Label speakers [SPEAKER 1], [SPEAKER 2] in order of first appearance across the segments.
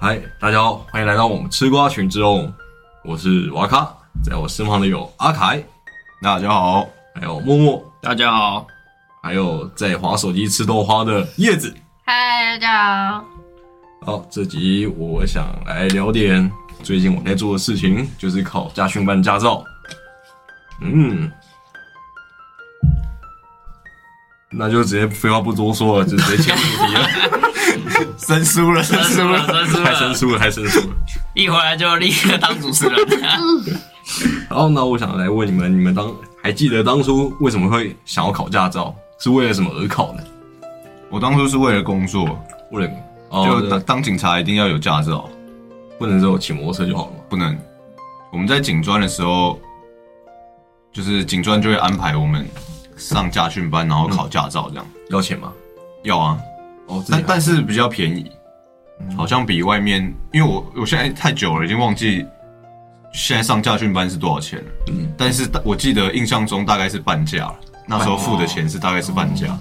[SPEAKER 1] 嗨，大家好，欢迎来到我们吃瓜群之哦，我是瓦卡，在我身旁的有阿凯，
[SPEAKER 2] 大家好，
[SPEAKER 1] 还有默默，
[SPEAKER 3] 大家好，
[SPEAKER 1] 还有在划手机吃豆花的叶子。
[SPEAKER 4] 嗨，大家好。
[SPEAKER 1] 好，这集我想来聊点最近我在做的事情，就是考驾训班驾照。嗯，那就直接废话不多说了，就直接切入主题 了。
[SPEAKER 2] 生疏了，生疏了。
[SPEAKER 3] 生疏
[SPEAKER 1] 太生
[SPEAKER 3] 了，
[SPEAKER 1] 疏了，太生疏了。
[SPEAKER 3] 一回来就立刻当主持人。
[SPEAKER 1] 好，那我想来问你们，你们当还记得当初为什么会想要考驾照，是为了什么而考呢？
[SPEAKER 2] 我当初是为了工作，
[SPEAKER 1] 为了
[SPEAKER 2] 就
[SPEAKER 1] 哦，
[SPEAKER 2] 当当警察一定要有驾照，
[SPEAKER 1] 不能只有骑摩托车就好了嘛？
[SPEAKER 2] 不能。我们在警专的时候，就是警专就会安排我们上驾训班，然后考驾照这样。
[SPEAKER 1] 要钱吗？
[SPEAKER 2] 要啊，
[SPEAKER 1] 哦，嗯自己嗯
[SPEAKER 2] 但
[SPEAKER 1] 买
[SPEAKER 2] 但是比较便宜，好像比外面，因为我我现在太久了，已经忘记现在上驾训班是多少钱了。
[SPEAKER 1] 嗯
[SPEAKER 2] 但是大我记得印象中大概是半价了，那时候付的钱是大概是半价，
[SPEAKER 1] 哦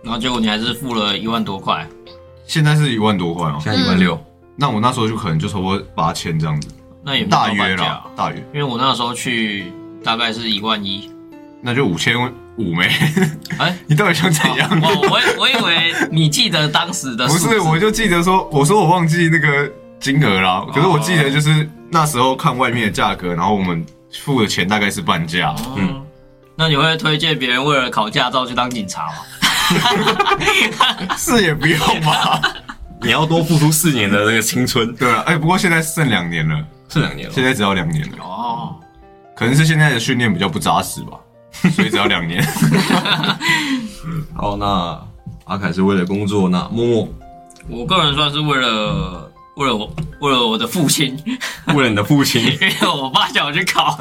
[SPEAKER 3] 然后结果你还是付了一万多块，
[SPEAKER 2] 现在是一万多块哦。
[SPEAKER 1] 现在一万六，
[SPEAKER 2] 那我那时候就可能就差不多八千这样子，
[SPEAKER 3] 那也没
[SPEAKER 2] 大
[SPEAKER 3] 到
[SPEAKER 2] 约
[SPEAKER 3] 半
[SPEAKER 2] 啦
[SPEAKER 3] 价，，
[SPEAKER 2] 大约
[SPEAKER 3] 因为我那时候去大概是一万一。
[SPEAKER 2] 那就五千五没。
[SPEAKER 3] 哎，哦
[SPEAKER 2] 你到底想怎样？
[SPEAKER 3] 我我以我以为你记得当时的
[SPEAKER 2] 不
[SPEAKER 3] 数字，
[SPEAKER 2] 是，哦我就记得说，我说我忘记那个金额啦，可是我记得就是那时候看外面的价格，然后我们付的钱大概是半价。
[SPEAKER 3] 嗯。那你会推荐别人为了考驾照去当警察吗？
[SPEAKER 2] 啊是也不用吧？
[SPEAKER 1] 你要多付出四年的那个青 春，
[SPEAKER 2] 对啊，哎、不过现在剩两年了，
[SPEAKER 1] 这两年了
[SPEAKER 2] 现。在只要两年了，
[SPEAKER 3] 哦，
[SPEAKER 2] 可能是现在的训练比较不扎实吧，所以只要两 年。
[SPEAKER 1] 好，那阿凯是为了工作，那默默
[SPEAKER 3] 我个人算是为了为了我为了我的父亲，
[SPEAKER 1] 为了你的父亲，
[SPEAKER 3] 因为我爸叫我去考，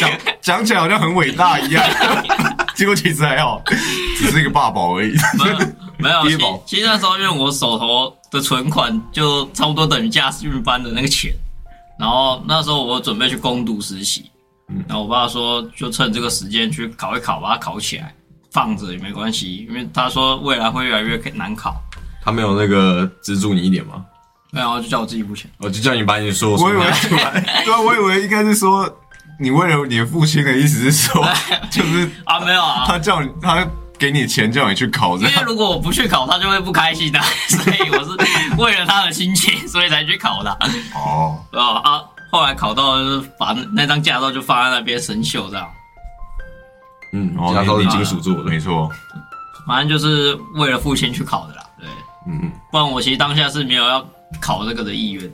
[SPEAKER 2] 讲讲起来好像很伟大一样， 结果其实还好，只是一个爸宝而已。
[SPEAKER 3] 没有，没有。
[SPEAKER 1] 低
[SPEAKER 3] 其
[SPEAKER 1] 保
[SPEAKER 3] 其实那时候因为我手头的存款就差不多等于驾训班的那个钱，然后那时候我准备去攻读实习，然后我爸说就趁这个时间去考一考，把它考起来，放着也没关系，因为他说未来会越来越难考，
[SPEAKER 1] 他没有那个资助你一点吗？哦
[SPEAKER 3] 然后就叫我自己付钱。
[SPEAKER 1] 我就叫你把你所有
[SPEAKER 2] 我以为
[SPEAKER 1] 存款，
[SPEAKER 2] 对啊，我以为应该是说，你为了你的父亲的意思 是说，就是
[SPEAKER 3] 啊，没有 啊。
[SPEAKER 2] 他叫你，他给你钱叫你去考这
[SPEAKER 3] 因为
[SPEAKER 2] 样。
[SPEAKER 3] 如果我不去考，他就会不开心的，所以我是为了他的心情，所以才去考的。
[SPEAKER 2] 哦，
[SPEAKER 3] 哦啊，后来考到就是把那张驾照就放在那边生锈这样。
[SPEAKER 1] 嗯，
[SPEAKER 2] 哦
[SPEAKER 1] 驾照是金属做的，
[SPEAKER 2] 没错，
[SPEAKER 3] 反正就是为了父亲去考的啦。对，
[SPEAKER 1] 嗯，
[SPEAKER 3] 不然我其实当下是没有要考这个的意愿。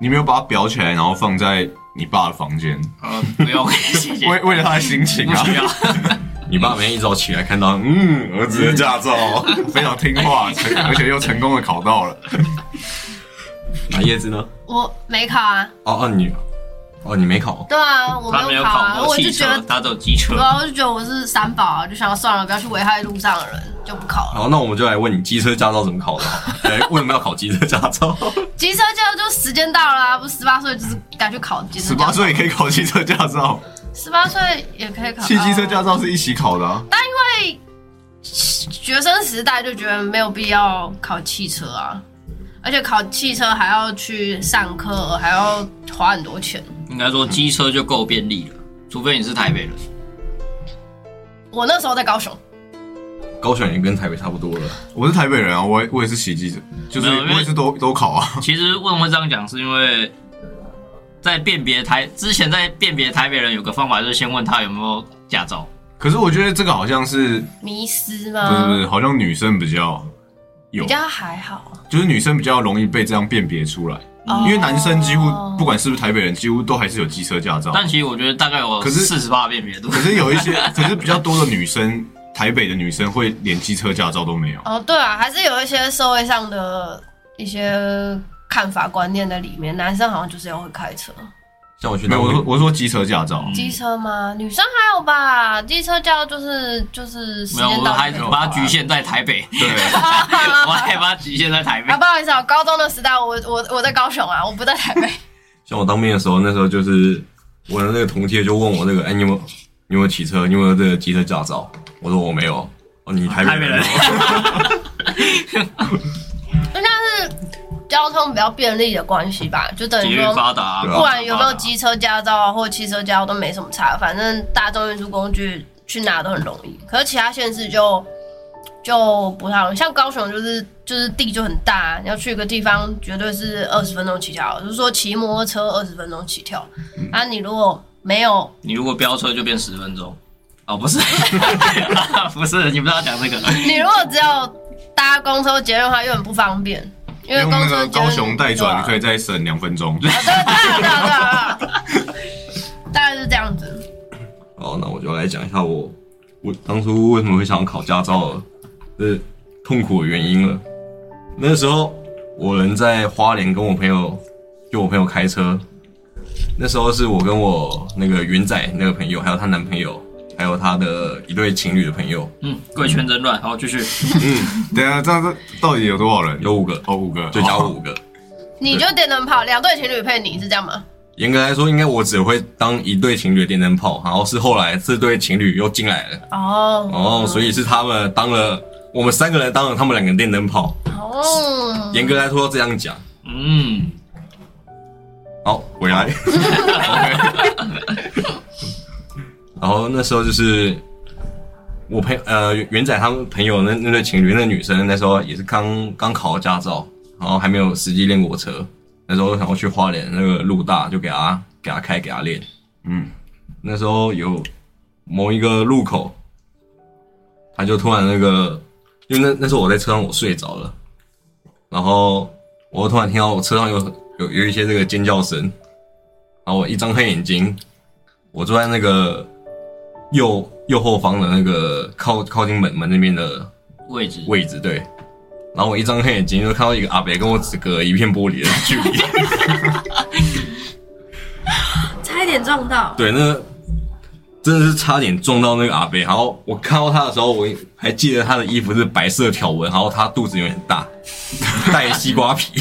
[SPEAKER 2] 你没有把它裱起来，然后放在你爸的房间，
[SPEAKER 4] 啊
[SPEAKER 3] 呃， 不用，谢谢，
[SPEAKER 2] 为为了他的心情
[SPEAKER 3] 不
[SPEAKER 2] 啊
[SPEAKER 3] 需，要。
[SPEAKER 1] 你爸每天一早起来看到，嗯，儿子的驾照，
[SPEAKER 2] 非常听话，成而且又成功的考到了。
[SPEAKER 1] 那啊叶子呢？
[SPEAKER 4] 我没考啊，
[SPEAKER 1] 哦哦，你哦你没考，
[SPEAKER 4] 对啊，我
[SPEAKER 3] 他没有
[SPEAKER 4] 考
[SPEAKER 3] 考
[SPEAKER 4] 啊，
[SPEAKER 3] 过
[SPEAKER 4] 我就
[SPEAKER 3] 汽
[SPEAKER 4] 觉
[SPEAKER 3] 车，
[SPEAKER 4] 得，
[SPEAKER 3] 他只有机车
[SPEAKER 4] 对。啊，我就觉得我是三宝啊，就想要算了，不要去危害路上的人，就不考了。
[SPEAKER 1] 好，那我们就来问你机车驾照怎么考 的好了？哎，为什么要考机车驾照？
[SPEAKER 4] 机车驾就时间到了啊，不是十八岁就是该去考机车
[SPEAKER 2] 十
[SPEAKER 4] 驾
[SPEAKER 2] 八，岁也可以考汽车驾照，
[SPEAKER 4] 十八岁也可以考。
[SPEAKER 2] 汽机车驾
[SPEAKER 4] 哦，
[SPEAKER 2] 照是一起考的啊。
[SPEAKER 4] 但因为学生时代就觉得没有必要考汽车啊，而且考汽车还要去上课，还要花很多钱。
[SPEAKER 3] 应该说机车就够便利了，除非你是台北人。
[SPEAKER 4] 我那时候在高雄，
[SPEAKER 1] 高雄也跟台北差不多了，
[SPEAKER 2] 我是台北人啊，我也我也是骑机车，就是
[SPEAKER 3] 没有因为
[SPEAKER 2] 我也是都都考啊。
[SPEAKER 3] 其实为什么会这样讲，是因为在辨别台之前，在辨别台北人有个方法，就是先问他有没有驾照。
[SPEAKER 2] 可是我觉得这个好像是
[SPEAKER 4] 迷失
[SPEAKER 2] 不是
[SPEAKER 4] 吗？
[SPEAKER 2] 不是，好像女生比较有
[SPEAKER 4] 比，较还好啊，
[SPEAKER 2] 就是女生比较容易被这样辨别出来，
[SPEAKER 4] 哦
[SPEAKER 2] 因为男生几乎不管是不是台北人，几乎都还是有机车驾照。
[SPEAKER 3] 但其实我觉得大概有
[SPEAKER 2] 可是
[SPEAKER 3] 四十八辨别度
[SPEAKER 2] 可。是有一些， 可是比较多的女生，台北的女生会连机车驾照都没有。
[SPEAKER 4] 哦，对啊，还是有一些社会上的一些看法观念在里面。男生好像就是要会开车，
[SPEAKER 3] 嗯
[SPEAKER 1] 像我去
[SPEAKER 2] 没
[SPEAKER 1] 南
[SPEAKER 2] 有，
[SPEAKER 1] 部
[SPEAKER 2] 我说我说机车驾照，
[SPEAKER 4] 机车吗？女生还有吧，机车教就是就是时
[SPEAKER 3] 没有，
[SPEAKER 4] 间
[SPEAKER 3] 我
[SPEAKER 4] 到
[SPEAKER 3] 还
[SPEAKER 4] 就可以
[SPEAKER 3] 把它局限在台北，
[SPEAKER 2] 对，
[SPEAKER 3] 我还把它局限在台北
[SPEAKER 4] 啊，。不好意思啊，高中的时代我我我在高雄啊，我不在 台北。
[SPEAKER 1] 像我当兵的时候，那时候就是我的那个同梯就问我那个，哎，你有没有你有没有骑车？你有没有这个机车驾照？我说我没有。哦，你台北人哦？
[SPEAKER 4] 但是交通比较便利的关系吧，就等
[SPEAKER 3] 捷
[SPEAKER 4] 于
[SPEAKER 3] 运
[SPEAKER 4] 说，
[SPEAKER 3] 发达，
[SPEAKER 1] 对啊
[SPEAKER 4] 不管有没有
[SPEAKER 3] 机，
[SPEAKER 4] 机车驾照啊或汽车驾照都没什么差，反正大众运输工具去哪都很容易。可是其他县市就就不太容易，像高雄就是就是地就很大，你要去一个地方绝对是二十分钟起跳，就是说骑摩托车二十分钟起跳。
[SPEAKER 2] 嗯
[SPEAKER 4] 啊，你如果没 有
[SPEAKER 3] 你如果飙车就变十分钟。哦，不是， 不是，你不要讲这个。
[SPEAKER 4] 你如果只有搭公车捷运的话，又很不方便，因为
[SPEAKER 2] 用
[SPEAKER 4] 公
[SPEAKER 2] 那
[SPEAKER 4] 车
[SPEAKER 2] 个
[SPEAKER 4] 捷运
[SPEAKER 2] 高雄带
[SPEAKER 4] 对
[SPEAKER 2] 转，
[SPEAKER 4] 啊
[SPEAKER 2] 你可以再省两分钟。
[SPEAKER 4] 对啊对啊对啊对 啊，大概是这样子。
[SPEAKER 1] 好，那我就来讲一下我我当初为什么会想要考驾照了，呃，痛苦的原因了。那时候我人在花莲，跟我朋友，就我朋友开车。那时候是我跟我那个云仔那个朋友，还有她男朋友，还有她的一对情侣的朋友，
[SPEAKER 3] 嗯，贵圈真乱。好，继续。
[SPEAKER 2] 等一下，这样子到底有多少人？
[SPEAKER 1] 有五个，
[SPEAKER 2] 哦，五个，
[SPEAKER 1] 就加我
[SPEAKER 2] 哦
[SPEAKER 1] 五个。
[SPEAKER 4] 你就电灯泡，两对情侣配你是这样吗？
[SPEAKER 1] 严格来说，应该我只会当一对情侣的电灯泡，然后是后来这对情侣又进来了，
[SPEAKER 4] 哦
[SPEAKER 1] 哦，所以是他们当了我们三个人当了他们两个电灯泡。
[SPEAKER 4] 哦，
[SPEAKER 1] 严格来说这样讲，
[SPEAKER 3] 嗯，
[SPEAKER 1] 好，回来。然后那时候就是我朋呃元仔他们朋友那那对情侣，那女生那时候也是刚刚考驾照，然后还没有实际练过车。那时候想要去花莲那个路大，就给她给她开给她练。
[SPEAKER 2] 嗯，
[SPEAKER 1] 那时候有某一个路口，他就突然那个，因为那那时候我在车上我睡着了，然后我突然听到我车上有有有一些这个尖叫声，然后我一张开眼睛，我坐在那个右右后方的那个靠靠近门门那边的
[SPEAKER 3] 位置。
[SPEAKER 1] 位置，对。然后我一张开眼睛就看到一个阿北跟我只隔一片玻璃的距离，
[SPEAKER 4] 差一点撞 到。
[SPEAKER 1] 对，那真的是差点撞到那个阿北。然后我看到他的时候，我还记得他的衣服是白色条纹，然后他肚子有点大， 带西瓜皮。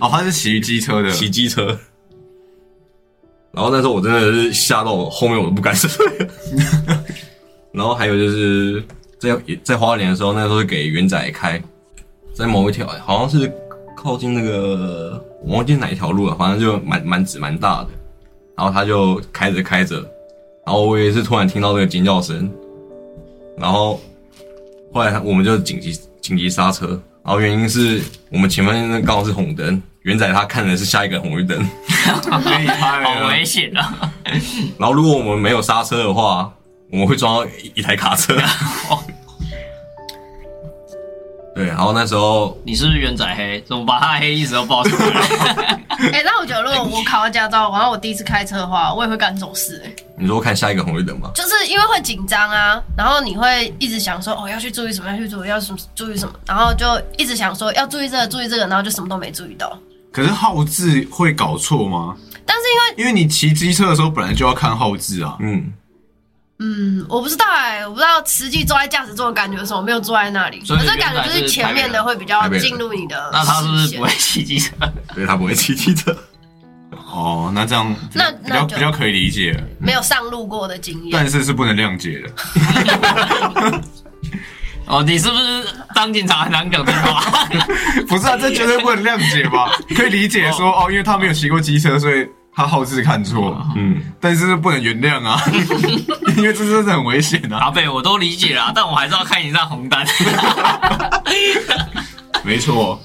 [SPEAKER 2] 哦，他是骑机车的，
[SPEAKER 1] 骑机车。然后那时候我真的是吓到我，后面我都不敢睡 了。然后还有就是在在花莲的时候，那时候是给元仔开，在某一条好像是靠近那个我忘记哪一条路了，反正就蛮蛮直蛮大的。然后他就开着开着，然后我也是突然听到这个尖叫声，然后后来我们就紧急紧急刹车，然后原因是我们前面那刚好是红灯，元仔他看的是下一个红绿灯，
[SPEAKER 2] 厉害哎 了
[SPEAKER 3] 好危险啊！
[SPEAKER 1] 然后如果我们没有刹车的话，我们会撞到一一台卡车。 对，然后那时候
[SPEAKER 3] 你是不是元仔黑？怎么把他的黑一直都爆出来？
[SPEAKER 4] 哎、那我觉得如果我考到驾照，然后我第一次开车的话，我也会干这种事、哎，
[SPEAKER 1] 你说看下一个红绿灯吗？
[SPEAKER 4] 就是因为会紧张啊，然后你会一直想说，哦，要去注意什么，要去注意，要什么注意什么，然后就一直想说要注意这个，注意这个，然后就什么都没注意到。
[SPEAKER 2] 可是号志会搞错吗？
[SPEAKER 4] 但是因为，
[SPEAKER 2] 因为你骑机车的时候本来就要看号志啊。
[SPEAKER 1] 嗯，
[SPEAKER 4] 嗯，我不知道哎、我不知道实际坐在驾驶座的感觉是什么，我没有坐在那里，
[SPEAKER 3] 所以
[SPEAKER 4] 可是感觉就是前面的会比较
[SPEAKER 1] 原来是台北人
[SPEAKER 4] 进入你的
[SPEAKER 3] 那他是不
[SPEAKER 4] 视
[SPEAKER 3] 是
[SPEAKER 4] 线
[SPEAKER 3] 不会骑机车？
[SPEAKER 1] 对他不会骑机车。
[SPEAKER 2] 哦，那这样
[SPEAKER 4] 那
[SPEAKER 2] 比
[SPEAKER 4] 那
[SPEAKER 2] 较
[SPEAKER 4] 就
[SPEAKER 2] 比较可以理解，
[SPEAKER 4] 没有上路过的经验？
[SPEAKER 2] 但是是不能谅解的。
[SPEAKER 3] 哦，你是不是当警察很难讲这话？
[SPEAKER 2] 不是啊，这绝对不能谅解吧？可以理解说哦，因为他没有骑过机车，所以他号志看错，
[SPEAKER 1] 嗯，
[SPEAKER 2] 但是不能原谅啊，因为这真的很危险啊。
[SPEAKER 3] 阿贝，我都理解啦，但我还是要看一张红单。
[SPEAKER 2] 没错，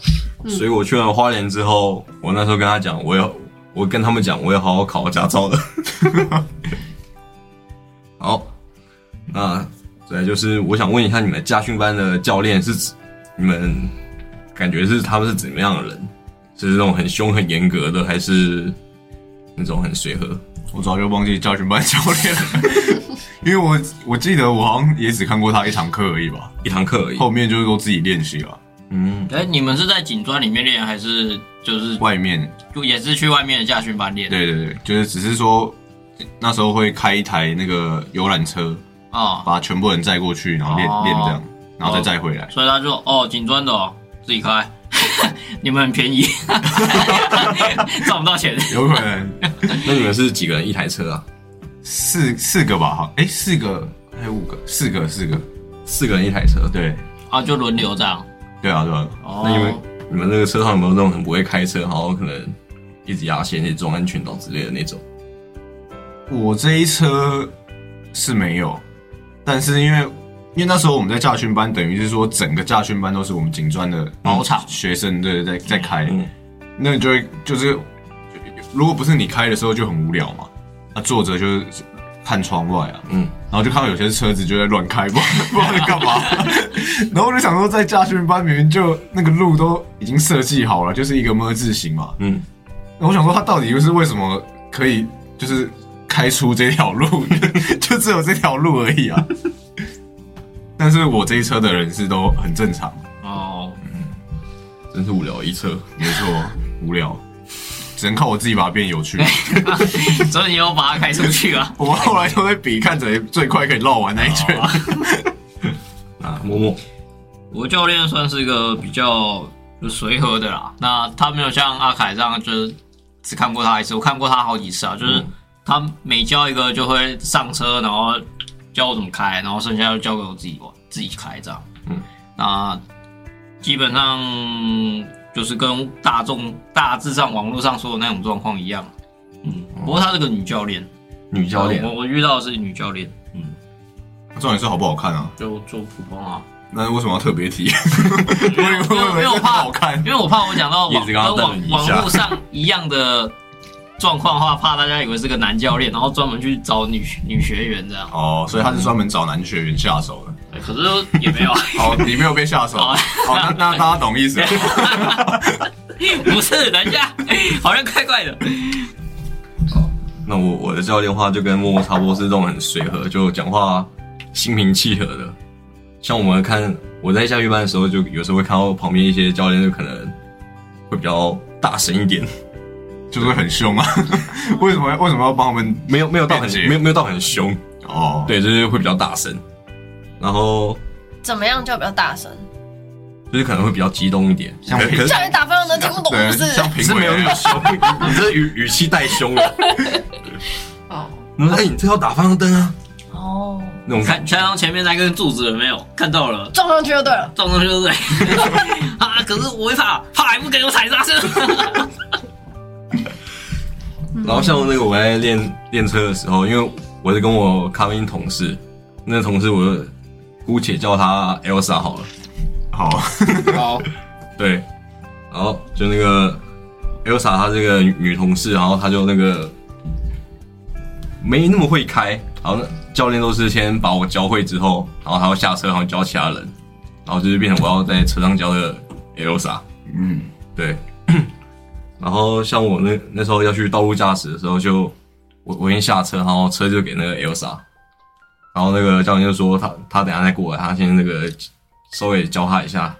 [SPEAKER 1] 所以我去完花莲之后，我那时候跟他讲，我要我跟他们讲，我要好好考驾照的。 好，那再来就是我想问一下，你们驾训班的教练是指你们感觉是他们是怎么样的人？是那种很凶很严格的，还是那种很随和？
[SPEAKER 2] 我早就忘记教训班教练了，因为我我记得我好像也只看过他一堂课而已吧，
[SPEAKER 1] 一堂课而已。
[SPEAKER 2] 后面就是都自己练习了。
[SPEAKER 1] 嗯，
[SPEAKER 3] 哎，你们是在警专里面练，还是就是
[SPEAKER 2] 外面，
[SPEAKER 3] 就也是去外面的驾训班练？
[SPEAKER 2] 对对对，就是只是说那时候会开一台那个游览车，
[SPEAKER 3] 哦，
[SPEAKER 2] 把全部人载过去，然后练
[SPEAKER 3] 哦
[SPEAKER 2] 练这样，然后再载回来。
[SPEAKER 3] 所以他就哦，警专的哦，自己开， 你们很便宜， 赚不到钱。
[SPEAKER 2] 有可能
[SPEAKER 1] 嗯那你们是几个人一台车啊？
[SPEAKER 2] 四四个吧，好，哎，四个还有五个，四个四个，
[SPEAKER 1] 四个人一台车。
[SPEAKER 2] 对
[SPEAKER 3] 啊，就轮流这样。
[SPEAKER 2] 对啊对啊，
[SPEAKER 3] 哦，
[SPEAKER 1] 那你们你们这个车上有没有那种很不会开车，啊然后可能一直压线、一直撞安全岛之类的那种？
[SPEAKER 2] 我这一车是没有，但是因为因为那时候我们在驾训班，等于是说整个驾训班都是我们警专的
[SPEAKER 3] 包场
[SPEAKER 2] 学生，对，在在开，
[SPEAKER 1] 嗯
[SPEAKER 2] 那你就会就是如果不是你开的时候就很无聊嘛，那、坐着就是看窗外啊，
[SPEAKER 1] 嗯，
[SPEAKER 2] 然后就看到有些车子就在乱开，不知道不知道在 干嘛。然后我就想说，在驾训班明明就那个路都已经设计好了，就是一个么字形嘛。
[SPEAKER 1] 嗯，
[SPEAKER 2] 那我想说，他到底又是为什么可以就是开出这条路， 就只有这条路而已啊？但是我这一车的人是都很正常，
[SPEAKER 3] 哦，
[SPEAKER 1] 真是无聊一车。
[SPEAKER 2] 没错，无聊，只能靠我自己把它变 有趣。
[SPEAKER 3] 所以你又把它开出去啊？
[SPEAKER 2] 我们后来都在比看谁最快可以绕完那一 圈。
[SPEAKER 1] 哦啊，默默，
[SPEAKER 3] 我教练算是一个比较就随和的啦。那他没有像阿凯这样，就是只看过他一次，我看过他好几次啊。就是
[SPEAKER 1] 嗯
[SPEAKER 3] 他每教一个就会上车，然后教我怎么开，然后剩下就交给我自己玩，自己开这样。
[SPEAKER 1] 嗯，
[SPEAKER 3] 那基本上就是跟大众大致上网络上说的那种状况一样。嗯，不过她是个女教练，
[SPEAKER 1] 哦女教练
[SPEAKER 3] 我我遇到的是女教练，嗯，
[SPEAKER 2] 重点是好不好看啊？
[SPEAKER 3] 就就普通啊。
[SPEAKER 2] 那为什么要特别 提？
[SPEAKER 3] 因 为
[SPEAKER 2] 我以
[SPEAKER 3] 因
[SPEAKER 2] 为
[SPEAKER 3] 为我
[SPEAKER 2] 是
[SPEAKER 3] 怕
[SPEAKER 2] 好看
[SPEAKER 3] 因。为我怕我讲到
[SPEAKER 1] 一
[SPEAKER 3] 网
[SPEAKER 1] 直
[SPEAKER 3] 跟
[SPEAKER 1] 刚刚
[SPEAKER 3] 网
[SPEAKER 1] 瞪了你一
[SPEAKER 3] 网
[SPEAKER 1] 下
[SPEAKER 3] 络上一样的状况的话，怕大家以为是个男教练，然后专门去找女女学员这样。
[SPEAKER 2] 哦，所以他是专门找男学员下手的。
[SPEAKER 3] 对可是也没有啊，
[SPEAKER 2] 哦，你没有被下手。
[SPEAKER 3] 好
[SPEAKER 2] 哦，那那大家懂 意思。
[SPEAKER 3] 不是，等一下，好像怪怪的。
[SPEAKER 1] 那我我的教练话就跟默默差不多是这种很随和，就讲话心平气和的。像我们看我在下训班的时候，就有时候会看到旁边一些教练就可能会比较大声一点，
[SPEAKER 2] 就是很凶啊！ 为什么为什么要帮我们？
[SPEAKER 1] 没有没有到很
[SPEAKER 2] 辩解
[SPEAKER 1] 没有没有到很凶，
[SPEAKER 2] 哦，
[SPEAKER 1] 对，就是会比较大声，然后
[SPEAKER 4] 怎么样叫比较大声？
[SPEAKER 1] 就是可能会比较激动一点，
[SPEAKER 2] 像
[SPEAKER 1] 可可是
[SPEAKER 4] 叫你打方向灯听不懂
[SPEAKER 2] 对，
[SPEAKER 4] 是不是？
[SPEAKER 2] 像评
[SPEAKER 1] 是
[SPEAKER 2] 委啊
[SPEAKER 1] 没有那
[SPEAKER 2] 那样
[SPEAKER 1] 么凶， 你这语语气带凶了。
[SPEAKER 4] 哦
[SPEAKER 1] 你说哎、你这要打方向灯啊，
[SPEAKER 4] 哦，
[SPEAKER 1] 那种感
[SPEAKER 3] 看，看到前面那根柱子了没有？看到了，
[SPEAKER 4] 撞上去就对了。
[SPEAKER 3] 撞上去对不对？ 啊，可是我会怕，怕还不给我踩刹车。
[SPEAKER 1] 然后像那个我在练练车的时候，因为我是跟我咖啡因同事，那个同事我就姑且叫他 Elsa 好了，
[SPEAKER 2] 好，
[SPEAKER 3] 好，
[SPEAKER 1] 对，然后就那个 Elsa 她这个女女同事，然后她就那个没那么会开，然后那教练都是先把我教会之后，然后他要下车，然后教其他人，然后就是变成我要在车上教的 Elsa。
[SPEAKER 2] 嗯，
[SPEAKER 1] 对。 然后像我那那时候要去道路驾驶的时候就，我我先下车，然后车就给那个 Elsa，然后那个教练就说他他等下再过来，他先那个稍微教他一下，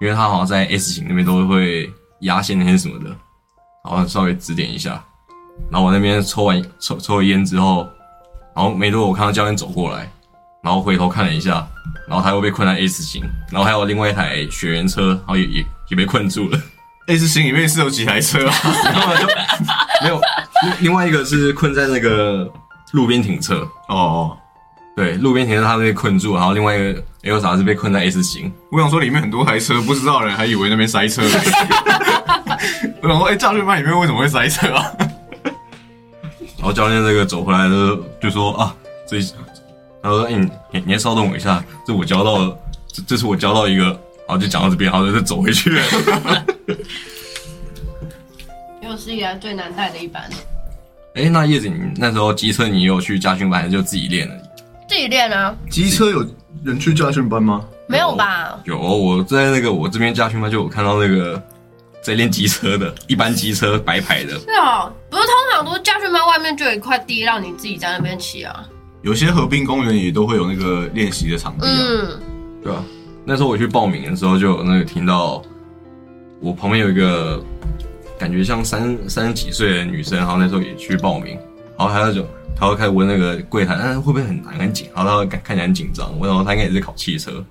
[SPEAKER 1] 因为他好像在 S 型那边都会压线那些什么的，然后稍微指点一下。然后我那边抽完抽抽了烟之后，然后没多久我看到教练走过来，然后回头看了一下，然后他又被困在 S 型，然后还有另外一台学员车，然后也也也被困住了。
[SPEAKER 2] S 型里面是有几台车啊？
[SPEAKER 1] 然后就没有，另另外一个是困在那个路边停车，
[SPEAKER 2] 哦，
[SPEAKER 1] 对，路边停车他被困住，然后另外一个 Elsa 是被困在 S 型，
[SPEAKER 2] 我想说里面很多台车，不知道的人还以为那边塞车 呢。我想说，哎，驾训班里面为什么会塞车啊？
[SPEAKER 1] 然后教练这个走回来的就说啊，这他说、哎，你你你先稍等我一下，这我教到这这是我教到一个，然后就讲到这边，然后就走回去了。
[SPEAKER 4] 有史以来最难带的一班，
[SPEAKER 1] 哎，那叶子你那时候机车你有去家训班还是就自己练了？
[SPEAKER 4] 自己练啊？
[SPEAKER 2] 机车有人去驾训班吗？
[SPEAKER 4] 没有吧？
[SPEAKER 1] 有，我在那个我这边家训班就有看到那个在练机车的，一般机车白牌的，
[SPEAKER 4] 是哦，不是通常都是家训班外面就有一块地让你自己在那边骑啊。
[SPEAKER 2] 有些河滨公园也都会有那个练习的场地啊。
[SPEAKER 4] 嗯，
[SPEAKER 1] 对啊，那时候我去报名的时候，就有那个听到我旁边有一个感觉像三三十几岁的女生，然后那时候也去报名，然后她就她就开始问那个柜台，嗯，会不会很难很紧？然后她看看起来很紧张，我想说她应该也是考汽车，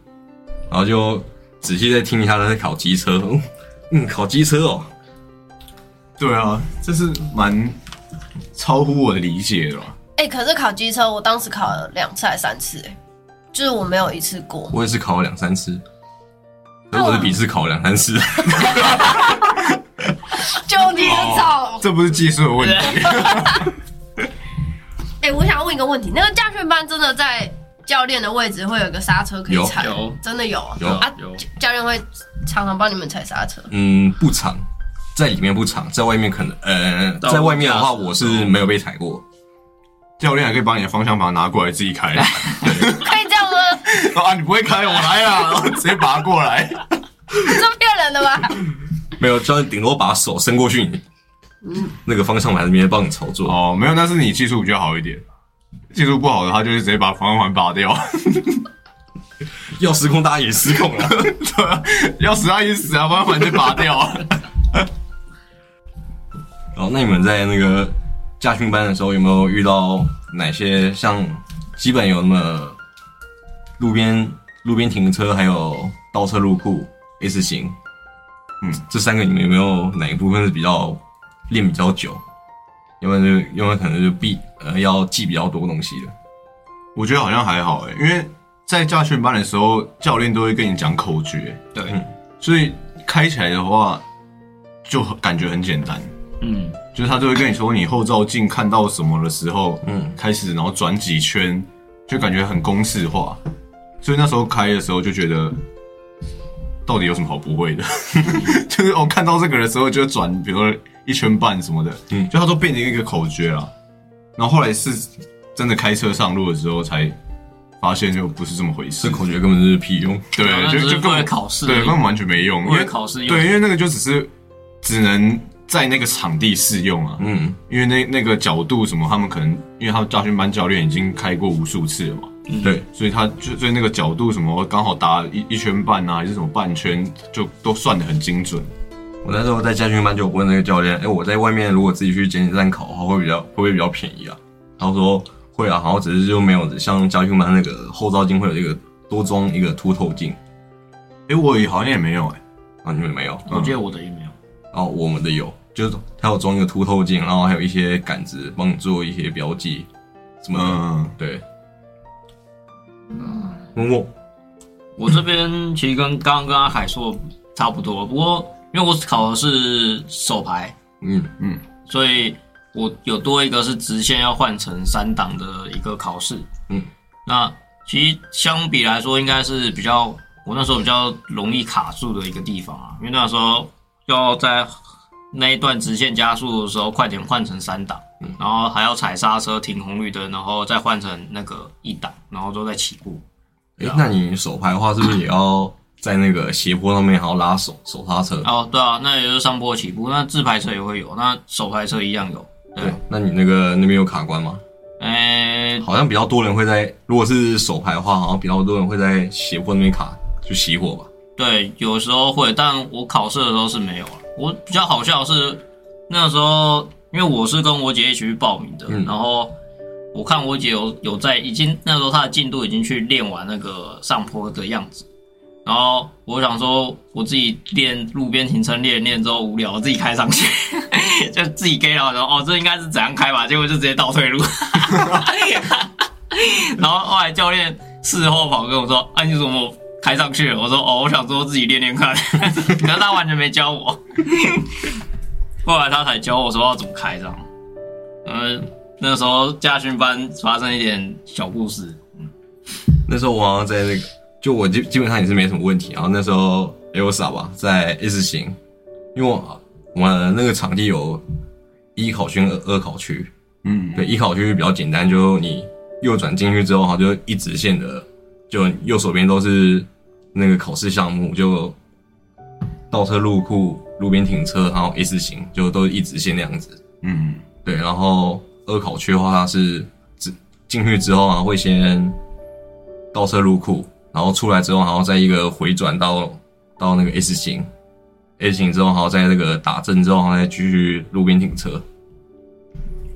[SPEAKER 1] 然后就仔细再听一下她在考机车，嗯嗯，考机车哦，
[SPEAKER 2] 对啊，这是蛮超乎我的理解的啦。
[SPEAKER 4] 哎、可是考机车，我当时考了两次还是三次、哎，就是我没有一次过。
[SPEAKER 1] 我也是考了两三次，可是我的笔试考两三次，
[SPEAKER 4] 就你的早。
[SPEAKER 2] 这不是技术的问题，
[SPEAKER 4] 哎、我想问一个问题，那个驾训班真的在教练的位置会有一个刹车可以
[SPEAKER 1] 有
[SPEAKER 4] 踩？
[SPEAKER 3] 有
[SPEAKER 4] 真的有啊？
[SPEAKER 1] 有
[SPEAKER 4] 啊
[SPEAKER 3] 有，
[SPEAKER 4] 教教练会常常帮你们踩刹车。
[SPEAKER 1] 嗯，不长，在里面不长，在外面可能，呃，
[SPEAKER 3] 到
[SPEAKER 1] 在外面的话，
[SPEAKER 3] 我家
[SPEAKER 1] 我是没有被踩过。
[SPEAKER 2] 教练还可以把你的方向盘拿过来自己开。
[SPEAKER 4] 可以这样吗？
[SPEAKER 2] 啊，你不会开，我来啦，然后直接拔过来。
[SPEAKER 4] 这骗人的吧？
[SPEAKER 1] 没有，教练顶多把手伸过去，你那个方向盘那边帮你操作。
[SPEAKER 2] 哦，没有，那是你技术比较好一点，技术不好的他就是直接把方向盘拔掉。
[SPEAKER 1] 要失控，大家也失控了。
[SPEAKER 2] 对啊，要死他也死啊，方向盘就拔掉啊。
[SPEAKER 1] 哦，那你们在那个驾训班的时候，有没有遇到哪些像基本有那么路边路边停车，还有倒车入库、S 型，嗯，这三个你们有没有哪一部分是比较练比较久？要不然就要不然可能就必呃要记比较多东西的。
[SPEAKER 2] 我觉得好像还好哎、因为在驾训班的时候，教练都会跟你讲口诀，
[SPEAKER 3] 对，
[SPEAKER 2] 所以开起来的话就很感觉很简单。
[SPEAKER 3] 嗯，
[SPEAKER 2] 就是他就会跟你说，你后照镜看到什么的时候，
[SPEAKER 1] 嗯，
[SPEAKER 2] 开始然后转几圈，就感觉很公式化。所以那时候开的时候就觉得，到底有什么好不会的？ 就是我、哦、看到这个的时候就转，比如说一圈半什么的，
[SPEAKER 1] 嗯
[SPEAKER 2] 就它都变成一个口诀了。然后后来是真的开车上路的时候才发现，就不是这么回事
[SPEAKER 1] 这。口诀根本就是屁用。
[SPEAKER 3] 好
[SPEAKER 2] 对，
[SPEAKER 3] 像
[SPEAKER 2] 就
[SPEAKER 3] 啊只是
[SPEAKER 2] 就根
[SPEAKER 3] 为了
[SPEAKER 2] 本
[SPEAKER 3] 考试而已，
[SPEAKER 2] 对，根本完全没用，因
[SPEAKER 3] 为
[SPEAKER 2] 为
[SPEAKER 3] 了考试用
[SPEAKER 2] 对，因为那个就只是只能在那个场地适用啊。
[SPEAKER 1] 嗯，
[SPEAKER 2] 因为那那个角度什么，他们可能因为他们教训班教练已经开过无数次了嘛，
[SPEAKER 3] 嗯
[SPEAKER 1] 对，
[SPEAKER 2] 所以他就所以那个角度什么刚好打一一圈半啊，还是什么半圈，就都算得很精准。
[SPEAKER 1] 我那时候在驾训班就有问那个教练，哎、我在外面如果自己去捡鸡蛋烤的话，会比较会不会比较便宜啊？他说会啊，然后只是就没有像家训班那个后照镜会有一个多装一个凸透镜
[SPEAKER 2] 诶，我也好像也没有诶，
[SPEAKER 1] 啊，你们没有？
[SPEAKER 3] 我记得我的也没有，
[SPEAKER 1] 哦，我们的有，就是它有装一个凸透镜，然后还有一些杆子帮你做一些标记什么的。
[SPEAKER 2] 嗯，
[SPEAKER 1] 对，嗯，我
[SPEAKER 3] 我这边其实跟刚刚跟阿凯说的差不多，不过因为我考的是手牌，
[SPEAKER 1] 嗯
[SPEAKER 3] 所以我有多一个是直线要换成三档的一个考试。
[SPEAKER 1] 嗯，
[SPEAKER 3] 那其实相比来说，应该是比较我那时候比较容易卡住的一个地方啊，因为那时候要在那一段直线加速的时候快点换成三档，然后还要踩刹车、停红绿灯，然后再换成那个一档，然后都在起步。
[SPEAKER 1] 哎、那你手牌的话，是不是也要在那个斜坡上面还要拉手手刹车？
[SPEAKER 3] 哦，对啊，那也就是上坡起步，那自排车也会有，那手排车一样有。对
[SPEAKER 1] 对，，那你那个那边有卡关吗？
[SPEAKER 3] 诶、
[SPEAKER 1] 好像比较多人会在，如果是手牌的话，好像比较多人会在斜坡那边卡，就熄火吧。
[SPEAKER 3] 对，有时候会，但我考试的时候是没有啊。我比较好笑的是那时候，因为我是跟我姐一起去报名的，
[SPEAKER 1] 嗯
[SPEAKER 3] 然后我看我姐有有在已经那时候她的进度已经去练完那个上坡的样子，然后我想说我自己练路边停车练一练之后无聊，我自己开上去， 就自己 gay 了，然后哦这应该是怎样开吧，结果就直接倒退路， 然后后来教练事后跑跟我说啊你怎么？开上去了，我说哦，我想说自己练练看， 可是他完全没教我。 后来他才教我说要怎么开这样。呃，那时候驾训班发生一点小故事，
[SPEAKER 1] 那时候我好像在那个，就我基基本上也是没什么问题。然后那时候 Elsa 吧，在 S 型，因为我我们那个场地有一考区、二二考区，
[SPEAKER 2] 嗯，
[SPEAKER 1] 对，一考区比较简单，就你右转进去之后，好就一直线的，就右手边都是那个考试项目，就倒车入库、路边停车，然后 S 型，就都是一直线那样子。
[SPEAKER 2] 嗯，
[SPEAKER 1] 对，然后二考区的话，它是只进去之后啊，会先倒车入库，然后出来之后，然后再一个回转到到那个 S 型，S 型之后，然后再那个打正之后，然后再继续路边停车。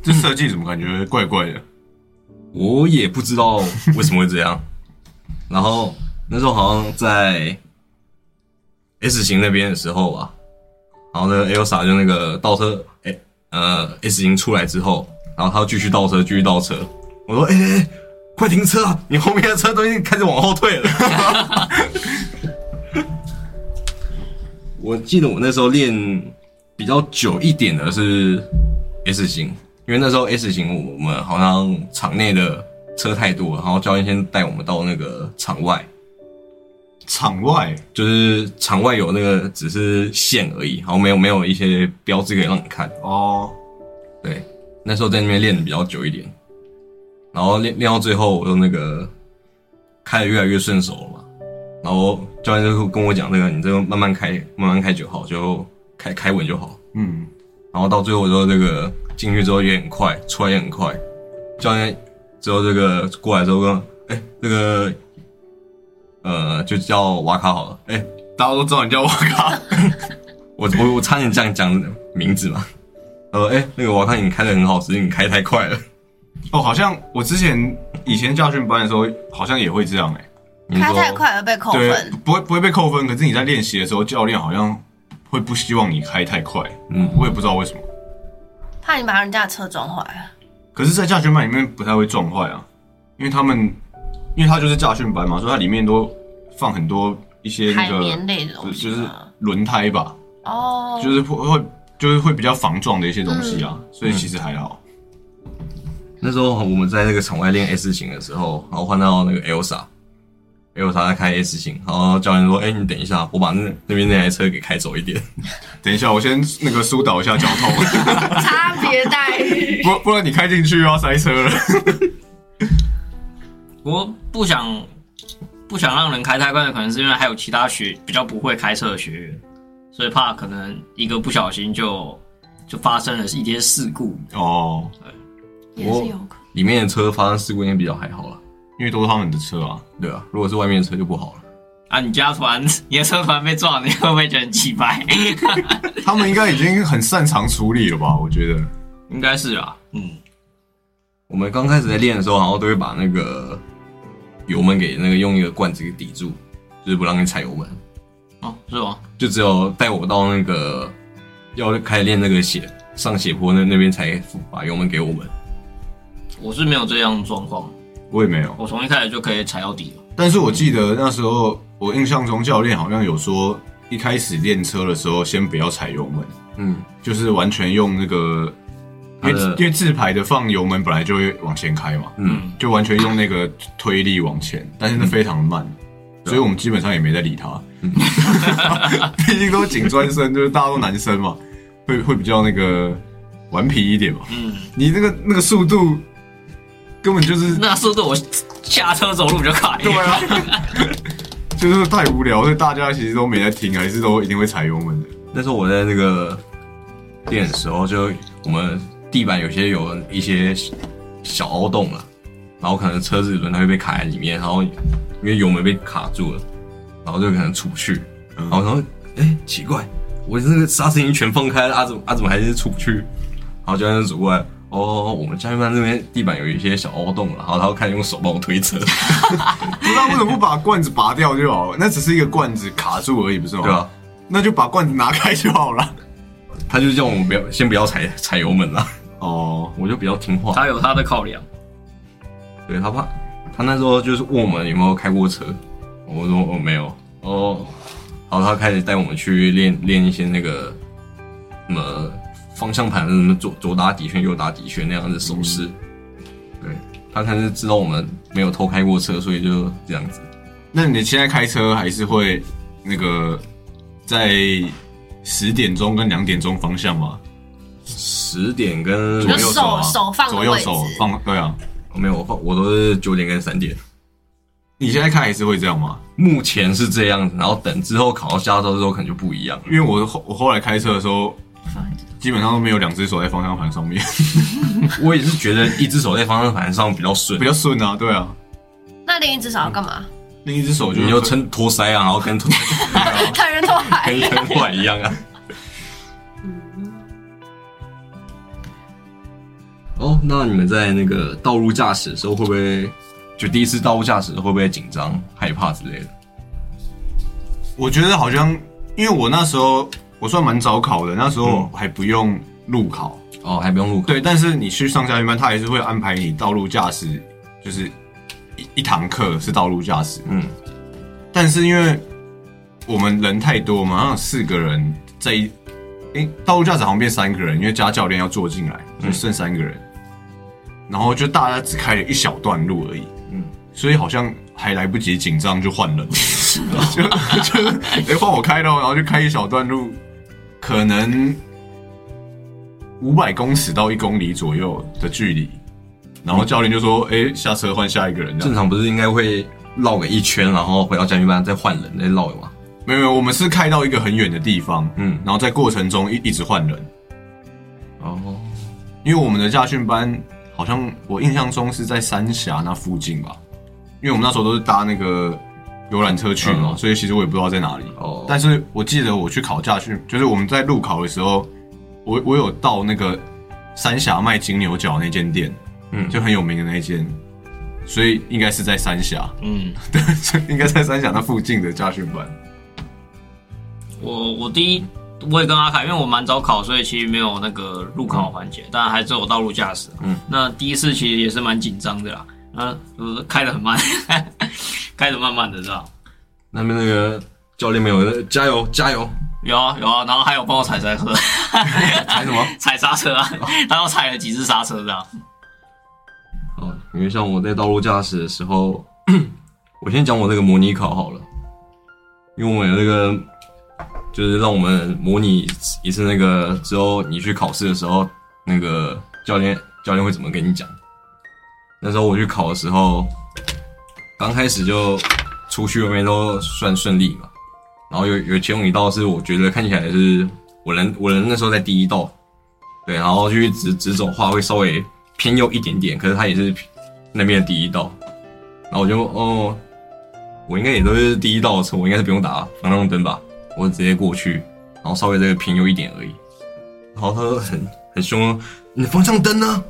[SPEAKER 2] 这设计怎么感觉怪怪的？
[SPEAKER 1] 我也不知道为什么会这样。 然后那时候好像在 S 型那边的时候吧，然后那个 Elsa 就那个倒车，哎、呃 S 型出来之后，然后他要继续倒车，继续倒车。我说，哎、哎哎快停车啊！你后面的车都已经开始往后退了。我记得我那时候练比较久一点的是 S 型，因为那时候 S 型我们好像场内的车太多了，然后教练先带我们到那个场外，
[SPEAKER 2] 场外
[SPEAKER 1] 就是场外有那个只是线而已，然后没有没有一些标志可以让你看。
[SPEAKER 2] 哦，
[SPEAKER 1] 对，那时候在那边练的比较久一点，然后练练到最后，我就那个开的越来越顺手了嘛。然后教练就跟我讲，那个你这个慢慢开，慢慢开就好，就开开稳就好。
[SPEAKER 2] 嗯，
[SPEAKER 1] 然后到最后之后，这个进去之后也很快，出来也很快。教练之后这个过来之后跟我，哎，这个呃，就叫瓦卡好了。哎，
[SPEAKER 2] 大家都知道你叫我卡，
[SPEAKER 1] 我我我差点这样讲名字嘛。他说，哎，那个瓦卡你开的很好，只是你开太快了。
[SPEAKER 2] 哦，好像我之前以前驾训班的时候，好像也会这样哎、
[SPEAKER 1] 你
[SPEAKER 4] 开
[SPEAKER 1] 说
[SPEAKER 4] 太快而被扣
[SPEAKER 2] 对
[SPEAKER 4] 分，，
[SPEAKER 2] 不会不会被扣分，可是你在练习的时候，教练好像会不希望你开太快，
[SPEAKER 1] 嗯
[SPEAKER 2] 我也不知道为什么。
[SPEAKER 4] 怕你把人家的车撞坏了。
[SPEAKER 2] 可是，在驾训班里面不太会撞坏啊，因为他们，因为他就是驾训班嘛，所以它里面都放很多一些那
[SPEAKER 4] 海
[SPEAKER 2] 个
[SPEAKER 4] 绵类的
[SPEAKER 2] 就
[SPEAKER 4] 东西啊
[SPEAKER 2] 就是
[SPEAKER 4] 吗
[SPEAKER 2] 轮胎吧，
[SPEAKER 4] 哦，
[SPEAKER 2] 就是 会会就是会比较防撞的一些东西啊，
[SPEAKER 4] 嗯
[SPEAKER 2] 所以其实还好。
[SPEAKER 1] 那时候我们在那个场外练 S 型的时候，然后换到那个 Elsa，Elsa 在开 S 型，然后教练说：“哎、你等一下，我把那那边那台车给开走一点。
[SPEAKER 2] 等一下，我先那个疏导一下交通，
[SPEAKER 4] 差别待遇。
[SPEAKER 2] 不不然你开进去又要塞车了。
[SPEAKER 3] 我不想不想让人开太快，可能是因为还有其他学比较不会开车的学员，所以怕可能一个不小心就就发生了一些事故。
[SPEAKER 2] 哦，
[SPEAKER 4] 也是有可能。”
[SPEAKER 1] 里面的车发生事故应该比较还好了，
[SPEAKER 2] 因为都是他们的车啊，
[SPEAKER 1] 对啊，如果是外面的车就不好了。
[SPEAKER 3] 啊，你家团， 你的车团被撞，你会不会觉得很气白？
[SPEAKER 2] 他们应该已经很擅长处理了吧？我觉得
[SPEAKER 3] 应该是啊，嗯，
[SPEAKER 1] 我们刚开始在练的时候，然后都会把那个油门给那个用一个罐子给抵住，就是不让你踩油门，
[SPEAKER 3] 哦，是吗？
[SPEAKER 1] 就只有带我到那个要开始练那个斜上斜坡那那边才把油门给我们。
[SPEAKER 3] 我是没有这样的状况，
[SPEAKER 2] 我也没有。
[SPEAKER 3] 我从一开始就可以踩到底了。
[SPEAKER 2] 但是我记得那时候，我印象中教练好像有说，一开始练车的时候先不要踩油门，
[SPEAKER 1] 嗯，
[SPEAKER 2] 就是完全用那个，因
[SPEAKER 1] 它
[SPEAKER 2] 为
[SPEAKER 1] 的
[SPEAKER 2] 因为自排的放油门本来就会往前开嘛，
[SPEAKER 1] 嗯，
[SPEAKER 2] 就完全用那个推力往前，但是那非常慢，
[SPEAKER 1] 嗯
[SPEAKER 2] 所以我们基本上也没在理他。 毕竟都是颈专生，就是大家都男生嘛，会会比较那个顽皮一点嘛。
[SPEAKER 3] 嗯，
[SPEAKER 2] 你那个那个速度根本 就是
[SPEAKER 3] 那速度我下车走路比较快。
[SPEAKER 2] 对啊，就是太无聊，所以大家其实都没在听，还是都一定会踩油 门的。
[SPEAKER 1] 那时候我在那个练的时候，就我们地板有些有一些小凹洞了，然后可能车子轮胎会被卡在里面，然后因为油门被卡住了，然后就可能出不去，然后然后哎、奇怪，我这个刹车已经全放开了，啊怎么啊怎么还是出不去？然后教练就走过来，哦，我们教练班这边地板有一些小凹洞啊了，然后他就开始用手帮我推车，
[SPEAKER 2] 不知道为什么不把罐子拔掉就好了，那只是一个罐子卡住而已，不是吗？
[SPEAKER 1] 对吧、啊？
[SPEAKER 2] 那就把罐子拿开就好了。
[SPEAKER 1] 他就叫我们不要先不要踩踩油门了，
[SPEAKER 2] 哦，
[SPEAKER 1] 我就比较听话。
[SPEAKER 3] 他有他的考量，
[SPEAKER 1] 对他怕，他那时候就是问我们有没有开过车，我说我没有。哦，然后他开始带我们去练练一些那个什么方向盘，什么左左打底圈、右打底圈那样的手势。对他可能是知道我们没有偷开过车，所以就这样子。
[SPEAKER 2] 那你现在开车还是会那个在十点钟跟两点钟方向吗？
[SPEAKER 1] 十点跟
[SPEAKER 2] 左右手、啊、
[SPEAKER 4] 手手放的
[SPEAKER 2] 左右
[SPEAKER 4] 位置
[SPEAKER 2] 手放，对啊。
[SPEAKER 1] 没有，我放我都是九点跟三点。
[SPEAKER 2] 你现在开还是会这样吗？
[SPEAKER 1] 目前是这样子，然后等之后考到驾照之后可能就不一样了。
[SPEAKER 2] 因为我后我后来开车的时候，基本上都没有两只手在方向盘上面，
[SPEAKER 1] 我也是觉得一只手在方向盘上比较顺
[SPEAKER 2] 比，较顺啊，对啊。那
[SPEAKER 4] 另一只手要干嘛？
[SPEAKER 2] 另一只手就
[SPEAKER 1] 你
[SPEAKER 2] 是
[SPEAKER 1] 就撑托腮啊，然后跟托。
[SPEAKER 4] 看人都海
[SPEAKER 1] 跟。跟我一样啊。嗯哦，那你们在那个道路驾驶的时候，会不会就第一次道路驾驶会不会紧张、害怕之类的？
[SPEAKER 2] 我觉得好像，因为我那时候我算蛮早考的，那时候
[SPEAKER 1] 嗯
[SPEAKER 2] 还不用路考，
[SPEAKER 1] 哦，还不用路考。
[SPEAKER 2] 对。但是你去上下训班，他还是会安排你道路驾驶，就是一一堂课是道路驾驶。
[SPEAKER 1] 嗯，
[SPEAKER 2] 但是因为我们人太多嘛，好像有四个人在一，诶、道路驾驶好像变三个人，因为加教练要坐进来，就剩三个人。然后就大家只开了一小段路而已，嗯
[SPEAKER 1] 嗯，
[SPEAKER 2] 所以好像还来不及紧张就换人了， 就就诶换、我开哦喽，然后就开一小段路，可能五百公尺到一公里左右的距离。然后教练就说：“诶，下车换下一个人。”这样
[SPEAKER 1] 正常不是应该会绕个一圈，然后回到家训班再换人再绕吗？
[SPEAKER 2] 没有没有，我们是开到一个很远的地方，
[SPEAKER 1] 嗯，
[SPEAKER 2] 然后在过程中一一直换人，
[SPEAKER 1] 哦，
[SPEAKER 2] 因为我们的驾训班好像我印象中是在三峡那附近吧，因为我们那时候都是搭那个游览车去嘛，
[SPEAKER 1] 嗯
[SPEAKER 2] 所以其实我也不知道在哪里。
[SPEAKER 1] 哦
[SPEAKER 2] 但是我记得我去考驾训，就是我们在路考的时候，我我有到那个三峡卖金牛角那间店，
[SPEAKER 1] 嗯
[SPEAKER 2] 就很有名的那一间，所以应该是在三峡，
[SPEAKER 3] 嗯，
[SPEAKER 2] 对，所以应该在三峡那附近的驾训班。
[SPEAKER 3] 我我第一我也跟阿凯，因为我蛮早考，所以其实没有那个路考环节，但还是有道路驾驶。啊
[SPEAKER 1] 嗯，
[SPEAKER 3] 那第一次其实也是蛮紧张的啦，那呃开的很慢， 开的慢慢的，知道。
[SPEAKER 1] 那边那个教练没有，加油加油，
[SPEAKER 3] 有啊有啊，然后还有帮我踩刹车，
[SPEAKER 1] 踩什么？
[SPEAKER 3] 踩刹车啊，然后踩了几次刹车这样。
[SPEAKER 1] 哦，因为像我在道路驾驶的时候，我先讲我那个模拟考好了，因为我们有那个就是让我们模拟一次那个之后，你去考试的时候，那个教练教练会怎么跟你讲。那时候我去考的时候，刚开始就出去外面都算顺利嘛，然后有有其中一道是我觉得看起来是我人我人那时候在第一道，对，然后去直直走的话会稍微偏右一点点，可是它也是那边的第一道，然后我就哦，我应该也都是第一道的车，我应该是不用打方向灯吧，我直接过去，然后稍微这个偏右一点而已，然后他就很很凶，啊你的方向灯呢？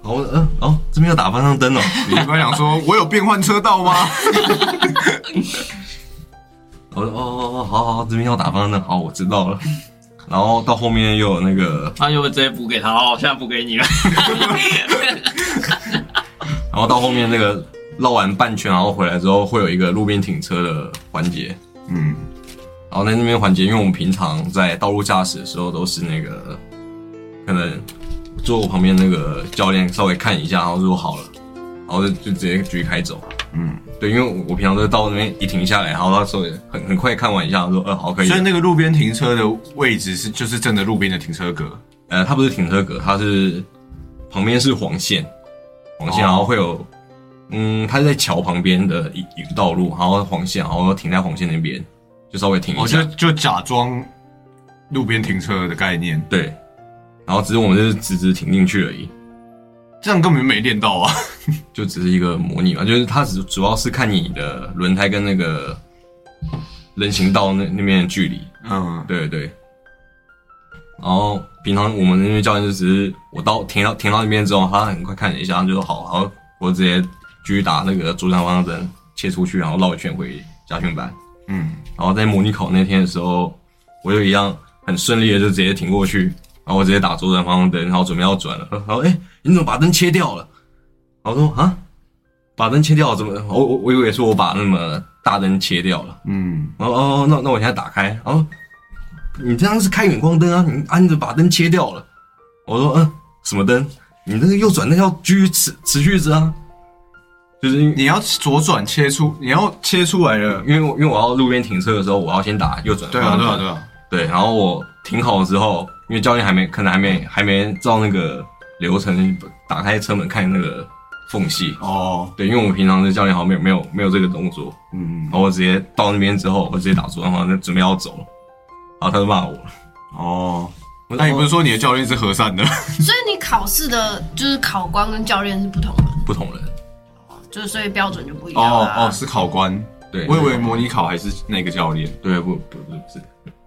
[SPEAKER 1] 然后我嗯、哦，这边要打方向灯哦，
[SPEAKER 2] 你一般想说，我有变换车道吗？
[SPEAKER 1] 我说哦哦哦，好好好，这边要打方向灯，好，我知道了。 然后到后面又有那个，
[SPEAKER 3] 那就直接补给他哦，现在补给你了。
[SPEAKER 1] 然后到后面那个绕完半圈，然后回来之后会有一个路边停车的环节。
[SPEAKER 2] 嗯，
[SPEAKER 1] 然后在那边环节，因为我们平常在道路驾驶的时候都是那个，可能坐我旁边那个教练稍微看一下，然后说好了，然后就就直接继续开走。
[SPEAKER 2] 嗯，
[SPEAKER 1] 对，因为我我平常都是到那边一停下来，然后他稍微很很快看完一下，说呃好可以了
[SPEAKER 2] 所以。那个路边停车的位置是就是真的路边的停车格，
[SPEAKER 1] 呃，它不是停车格，它是旁边是黄线，黄线，
[SPEAKER 2] 哦
[SPEAKER 1] 然后会有，嗯，它是在桥旁边的一一个道路，然后黄线，然后停在黄线那边，就稍微停一
[SPEAKER 2] 我
[SPEAKER 1] 下，
[SPEAKER 2] 哦就就假装路边停车的概念，
[SPEAKER 1] 对，然后只是我们就是直直停进去而已，
[SPEAKER 2] 这样根本没练到啊。
[SPEAKER 1] 就只是一个模拟嘛，就是它只主要是看你的轮胎跟那个人行道那那边的距离，
[SPEAKER 2] 嗯，
[SPEAKER 1] 对对。然后平常我们那边教练就只是我到停到停到那边之后，他很快看了一下，他就说好，然后我直接继续打那个主场方向灯切出去，然后绕一圈回家训班。
[SPEAKER 2] 嗯，
[SPEAKER 1] 然后在模拟考那天的时候，我就一样很顺利的就直接停过去，然后我直接打左转方向灯，然后准备要转了，然后哎、诶你怎么把灯切掉了？然后我说啊，把灯切掉了怎么？我我我以为是我把那么大灯切掉了。
[SPEAKER 2] 嗯，
[SPEAKER 1] 哦哦，那那我现在打开，然、后你这样是开远光灯啊，你啊你怎么把灯切掉了？我说嗯，什么灯？你那个右转那要继续持持续着啊，就是因为
[SPEAKER 2] 你要左转切出，你要切出来了。
[SPEAKER 1] 因为我因为我要路边停车的时候，我要先打右转
[SPEAKER 2] 对
[SPEAKER 1] 方
[SPEAKER 2] 啊，
[SPEAKER 1] 向灯，
[SPEAKER 2] 对啊，对啊，
[SPEAKER 1] 对然后我停好之后，因为教练还没可能还没还没照那个流程打开车门看那个缝隙，
[SPEAKER 2] 哦，
[SPEAKER 1] 对，因为我们平常的教练好像没有没有没有这个动作，
[SPEAKER 2] 嗯
[SPEAKER 1] 然，后我直接到那边之后，我直接打左转方向灯准备要走了，然后他就骂我了。
[SPEAKER 2] 哦，那你不是说你的教练是和善的？
[SPEAKER 4] 所以你考试的就是考官跟教练是不同的，
[SPEAKER 1] 不同人。
[SPEAKER 4] 就是所以标准就不一样啊
[SPEAKER 2] 哦
[SPEAKER 4] 啦
[SPEAKER 2] 哦，是考官，
[SPEAKER 1] 对，
[SPEAKER 2] 我以为模拟考还是那个教练。
[SPEAKER 1] 对不不不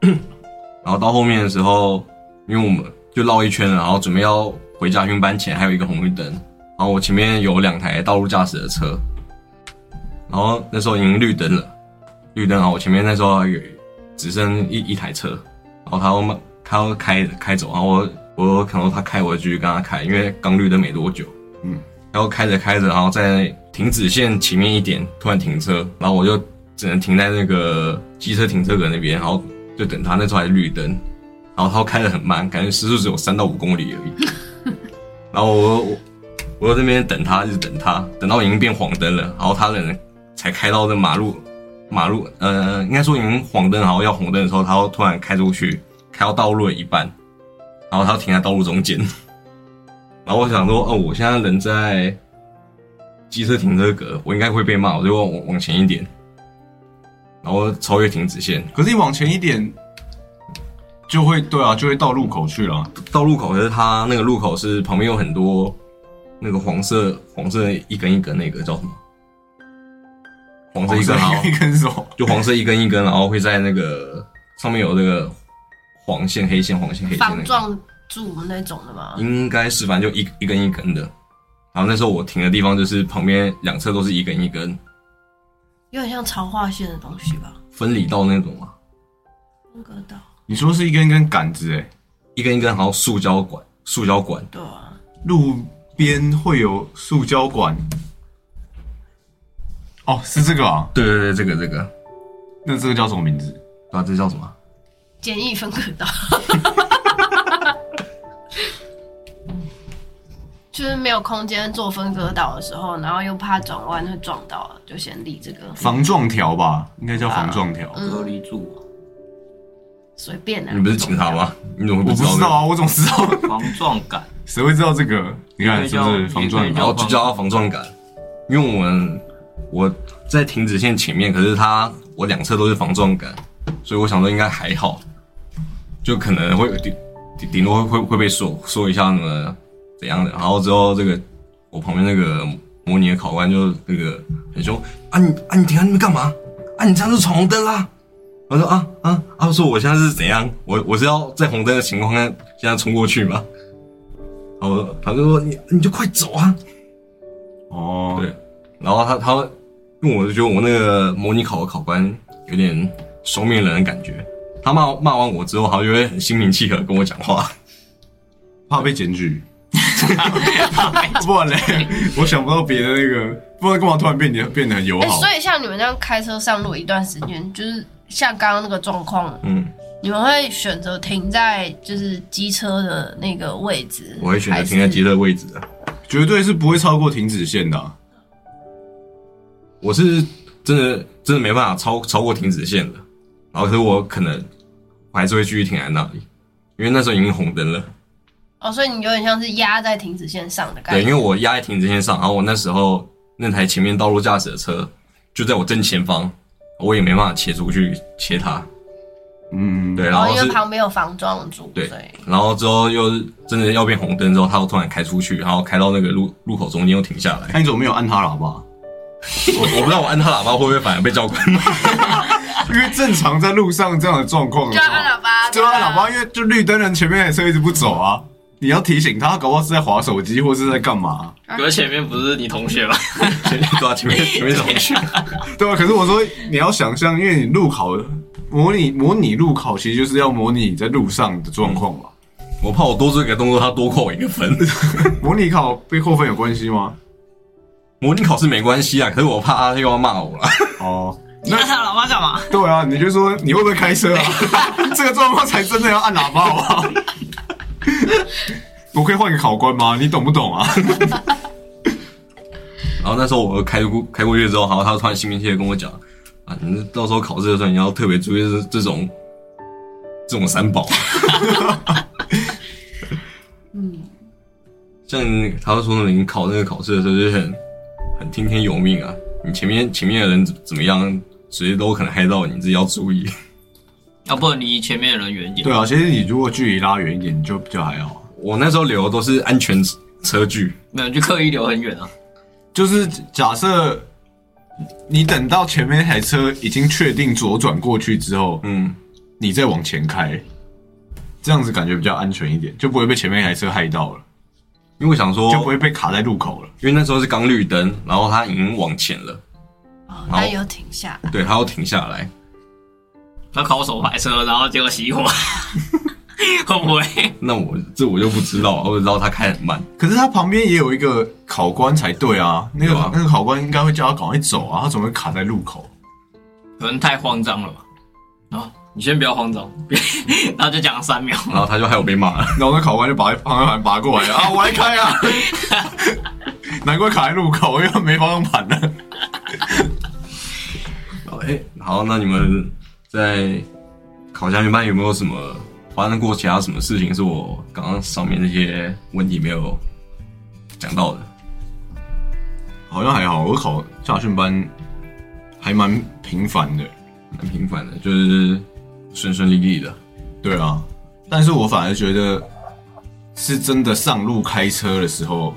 [SPEAKER 1] 是。 然后到后面的时候，因为我们就绕一圈了，然后准备要回家训班前还有一个红绿灯，然后我前面有两台道路驾驶的车，然后那时候已经绿灯了，绿灯，然后我前面那时候还有只剩一一台车，然后他要慢，他要开开走，然后我我可能他开我就继续跟他开，因为刚绿灯没多久，
[SPEAKER 2] 嗯，
[SPEAKER 1] 然后开着开着，然后在停止线前面一点突然停车，然后我就只能停在那个机车停车格那边，然后就等他。那时候还是绿灯，然后他开得很慢，感觉时速只有三到五公里而已。然后我我我在那边等他，一直等他，等到已经变黄灯了，然后他人才开到那马路马路，呃，应该说已经黄灯，然后要红灯的时候，他突然开出去，开到道路的一半，然后他停在道路中间。然后我想说，哦，我现在人在机车停车格，我应该会被骂，我就往往前一点，然后超越停止线，
[SPEAKER 2] 可是你往前一点，就会对啊，就会到路口去了。
[SPEAKER 1] 到路口，可是它那个路口是旁边有很多那个黄色黄色一根一根那个叫什么？黄色一根，然后
[SPEAKER 2] 哦一根手，
[SPEAKER 1] 就黄色一根一根，然后会在那个上面有那个黄线、黑线、黄线、黑线那
[SPEAKER 4] 防
[SPEAKER 1] 个，
[SPEAKER 4] 撞柱那种的吗？
[SPEAKER 1] 应该是反正就一一根一根的。然后那时候我停的地方就是旁边两侧都是一根一根
[SPEAKER 4] 有点像潮化线的东西吧？
[SPEAKER 1] 分离到那种啊嘛，
[SPEAKER 4] 那个的，
[SPEAKER 2] 你说是一根一根杆子哎、
[SPEAKER 1] 一根一根，然后塑胶管，塑胶管，
[SPEAKER 4] 对啊，
[SPEAKER 2] 路边会有塑胶管。哦，是这个啊？
[SPEAKER 1] 对对对，这个这个，
[SPEAKER 2] 那这个叫什么名字？
[SPEAKER 1] 啊，这叫什么？
[SPEAKER 4] 简易分隔岛， 就是没有空间做分隔岛的时候，然后又怕转弯会撞到，就先立这个，
[SPEAKER 2] 防撞条吧，应该叫
[SPEAKER 4] 啊
[SPEAKER 2] 防撞条。
[SPEAKER 4] 嗯
[SPEAKER 3] 隔离柱、
[SPEAKER 4] 随便啊的、
[SPEAKER 1] 你不是警察？吗？你怎么会
[SPEAKER 2] 我
[SPEAKER 1] 知
[SPEAKER 2] 不
[SPEAKER 1] 道
[SPEAKER 2] 知
[SPEAKER 1] 呢
[SPEAKER 2] 道？啊，我总知道，
[SPEAKER 3] 防撞杆，
[SPEAKER 2] 谁会知道这个？你
[SPEAKER 3] 也
[SPEAKER 2] 看
[SPEAKER 3] 可以
[SPEAKER 2] 是不是
[SPEAKER 3] 叫
[SPEAKER 2] 防撞
[SPEAKER 3] 也
[SPEAKER 1] 然
[SPEAKER 3] 可
[SPEAKER 2] 条？
[SPEAKER 1] 后就叫它防撞杆，因为我们我在停止线前面，可是它我两侧都是防撞杆，所以我想说应该还好，就可能会顶顶顶多会会会被说说一下什么怎样的，然后之后这个我旁边那个模拟的考官就那个很凶啊你啊你停在那边干嘛啊你这样就闯红灯啦。我说啊啊啊！我说我现在是怎样？我我是要在红灯的情况下现在冲过去吗？然后我他就说你你就快走啊！
[SPEAKER 2] 哦，
[SPEAKER 1] 对，然后他他，因为我就觉得我那个模拟考的考官有点双面人的感觉，他骂骂完我之后，他就会很心平气和跟我讲话。
[SPEAKER 2] 怕被检 举。不然嘞，我想不到别的那个，不知道干嘛突然变得变得很友
[SPEAKER 4] 哎、
[SPEAKER 2] 好。
[SPEAKER 4] 所以像你们这样开车上路一段时间，就是像刚刚那个状况，
[SPEAKER 1] 嗯，
[SPEAKER 4] 你们会选择停在就是机车的那个位置？
[SPEAKER 1] 我会选择停在
[SPEAKER 4] 还
[SPEAKER 1] 机
[SPEAKER 4] 是。
[SPEAKER 1] 车位置的。
[SPEAKER 2] 绝对是不会超过停止线的啊、
[SPEAKER 1] 我是真的真的没办法超超过停止线了，然后可是我可能我还是会继续停在那里，因为那时候已经红灯了。
[SPEAKER 4] 哦，所以你有点像是压在停止线上的感
[SPEAKER 1] 对，
[SPEAKER 4] 觉。
[SPEAKER 1] 因为我压在停止线上，然后我那时候那台前面道路驾驶的车就在我正前方，我也没办法切出去切它。
[SPEAKER 2] 嗯，
[SPEAKER 1] 对，然
[SPEAKER 4] 然
[SPEAKER 1] 后
[SPEAKER 4] 哦后因
[SPEAKER 1] 是
[SPEAKER 4] 为旁边有防撞柱，
[SPEAKER 1] 对
[SPEAKER 4] 所以，
[SPEAKER 1] 然后之后又是真的要变红灯之后，他又突然开出去，然后开到那个路路口中间又停下来。
[SPEAKER 2] 那你怎么没有按他喇叭？
[SPEAKER 1] 我我不知道我按他喇叭会不会反而被教官骂。
[SPEAKER 2] 因为正常在路上这样的状况的
[SPEAKER 4] 就
[SPEAKER 2] 话，
[SPEAKER 4] 要按喇叭，
[SPEAKER 2] 就
[SPEAKER 4] 对啊
[SPEAKER 2] 按喇叭，因为就绿灯人前面的车一直不走啊，你要提醒他，搞不好是在划手机或是在干嘛、
[SPEAKER 3] 可是前面不是你同学吗？
[SPEAKER 1] 前面 对啊，前面前面怎么去？
[SPEAKER 2] 对啊，可是我说你要想象，因为你路考模拟模拟路考，其实就是要模拟你在路上的状况嘛。
[SPEAKER 1] 我怕我多做一个动作，他多扣我一个分。
[SPEAKER 2] 模拟考被扣分有关系吗？
[SPEAKER 1] 模拟考试没关系啊，可是我怕他又要骂我了。
[SPEAKER 2] 哦，
[SPEAKER 3] 你按他喇叭干嘛？
[SPEAKER 2] 对啊，你就说你会不会开车 啊？这个状况才真的要按喇叭好不好？我可以换个考官吗？你懂不懂啊？
[SPEAKER 1] 然后那时候我开过开过去之后，然后他突然心平气和地跟我讲：“啊，你到时候考试的时候你要特别注意这这种这种三宝。”
[SPEAKER 4] 嗯，
[SPEAKER 1] 像他就说呢，你考那个考试的时候就是很很听天由命啊，你前面前面的人怎怎么样，谁都可能害到你，你自己要注意。
[SPEAKER 3] 要哦不然离前面的人远一点。
[SPEAKER 2] 对啊，其实你如果距离拉远一点，你就比较还好。
[SPEAKER 1] 我那时候留的都是安全车距，
[SPEAKER 3] 没有，就刻意留很远啊。
[SPEAKER 2] 就是假设你等到前面那台车已经确定左转过去之后，
[SPEAKER 1] 嗯，
[SPEAKER 2] 你再往前开，这样子感觉比较安全一点，就不会被前面那台车害到了，
[SPEAKER 1] 因为我想说
[SPEAKER 2] 就，不会被卡在路口了。
[SPEAKER 1] 因为那时候是刚绿灯，然后他已经往前了，
[SPEAKER 4] 哦那有停下来，
[SPEAKER 1] 对，他要停下来，
[SPEAKER 3] 他考手牌车，然后结果熄火，会不会？
[SPEAKER 1] 那我这我就不知道，我只知道他开很慢，
[SPEAKER 2] 可是他旁边也有一个考官才对啊，那个、
[SPEAKER 1] 有啊
[SPEAKER 2] 那个考官应该会叫他赶快走啊，他怎么会卡在路口？
[SPEAKER 3] 可能太慌张了吧。然后你先不要慌张，别然后就讲了三秒，
[SPEAKER 1] 然后他就害我被骂了。
[SPEAKER 2] 然后那考官就把方向盘拔过来了啊，我来开啊！ 难怪卡在路口，因为没方向盘了。
[SPEAKER 1] 哦哎、好，那你们在考驾训班有没有什么发生过其他什么事情是我刚刚上面那些问题没有讲到的？
[SPEAKER 2] 好像还好，我考驾训班还蛮频繁的。
[SPEAKER 1] 蛮平凡的，就是顺顺利利的。
[SPEAKER 2] 对啊，但是我反而觉得是真的上路开车的时候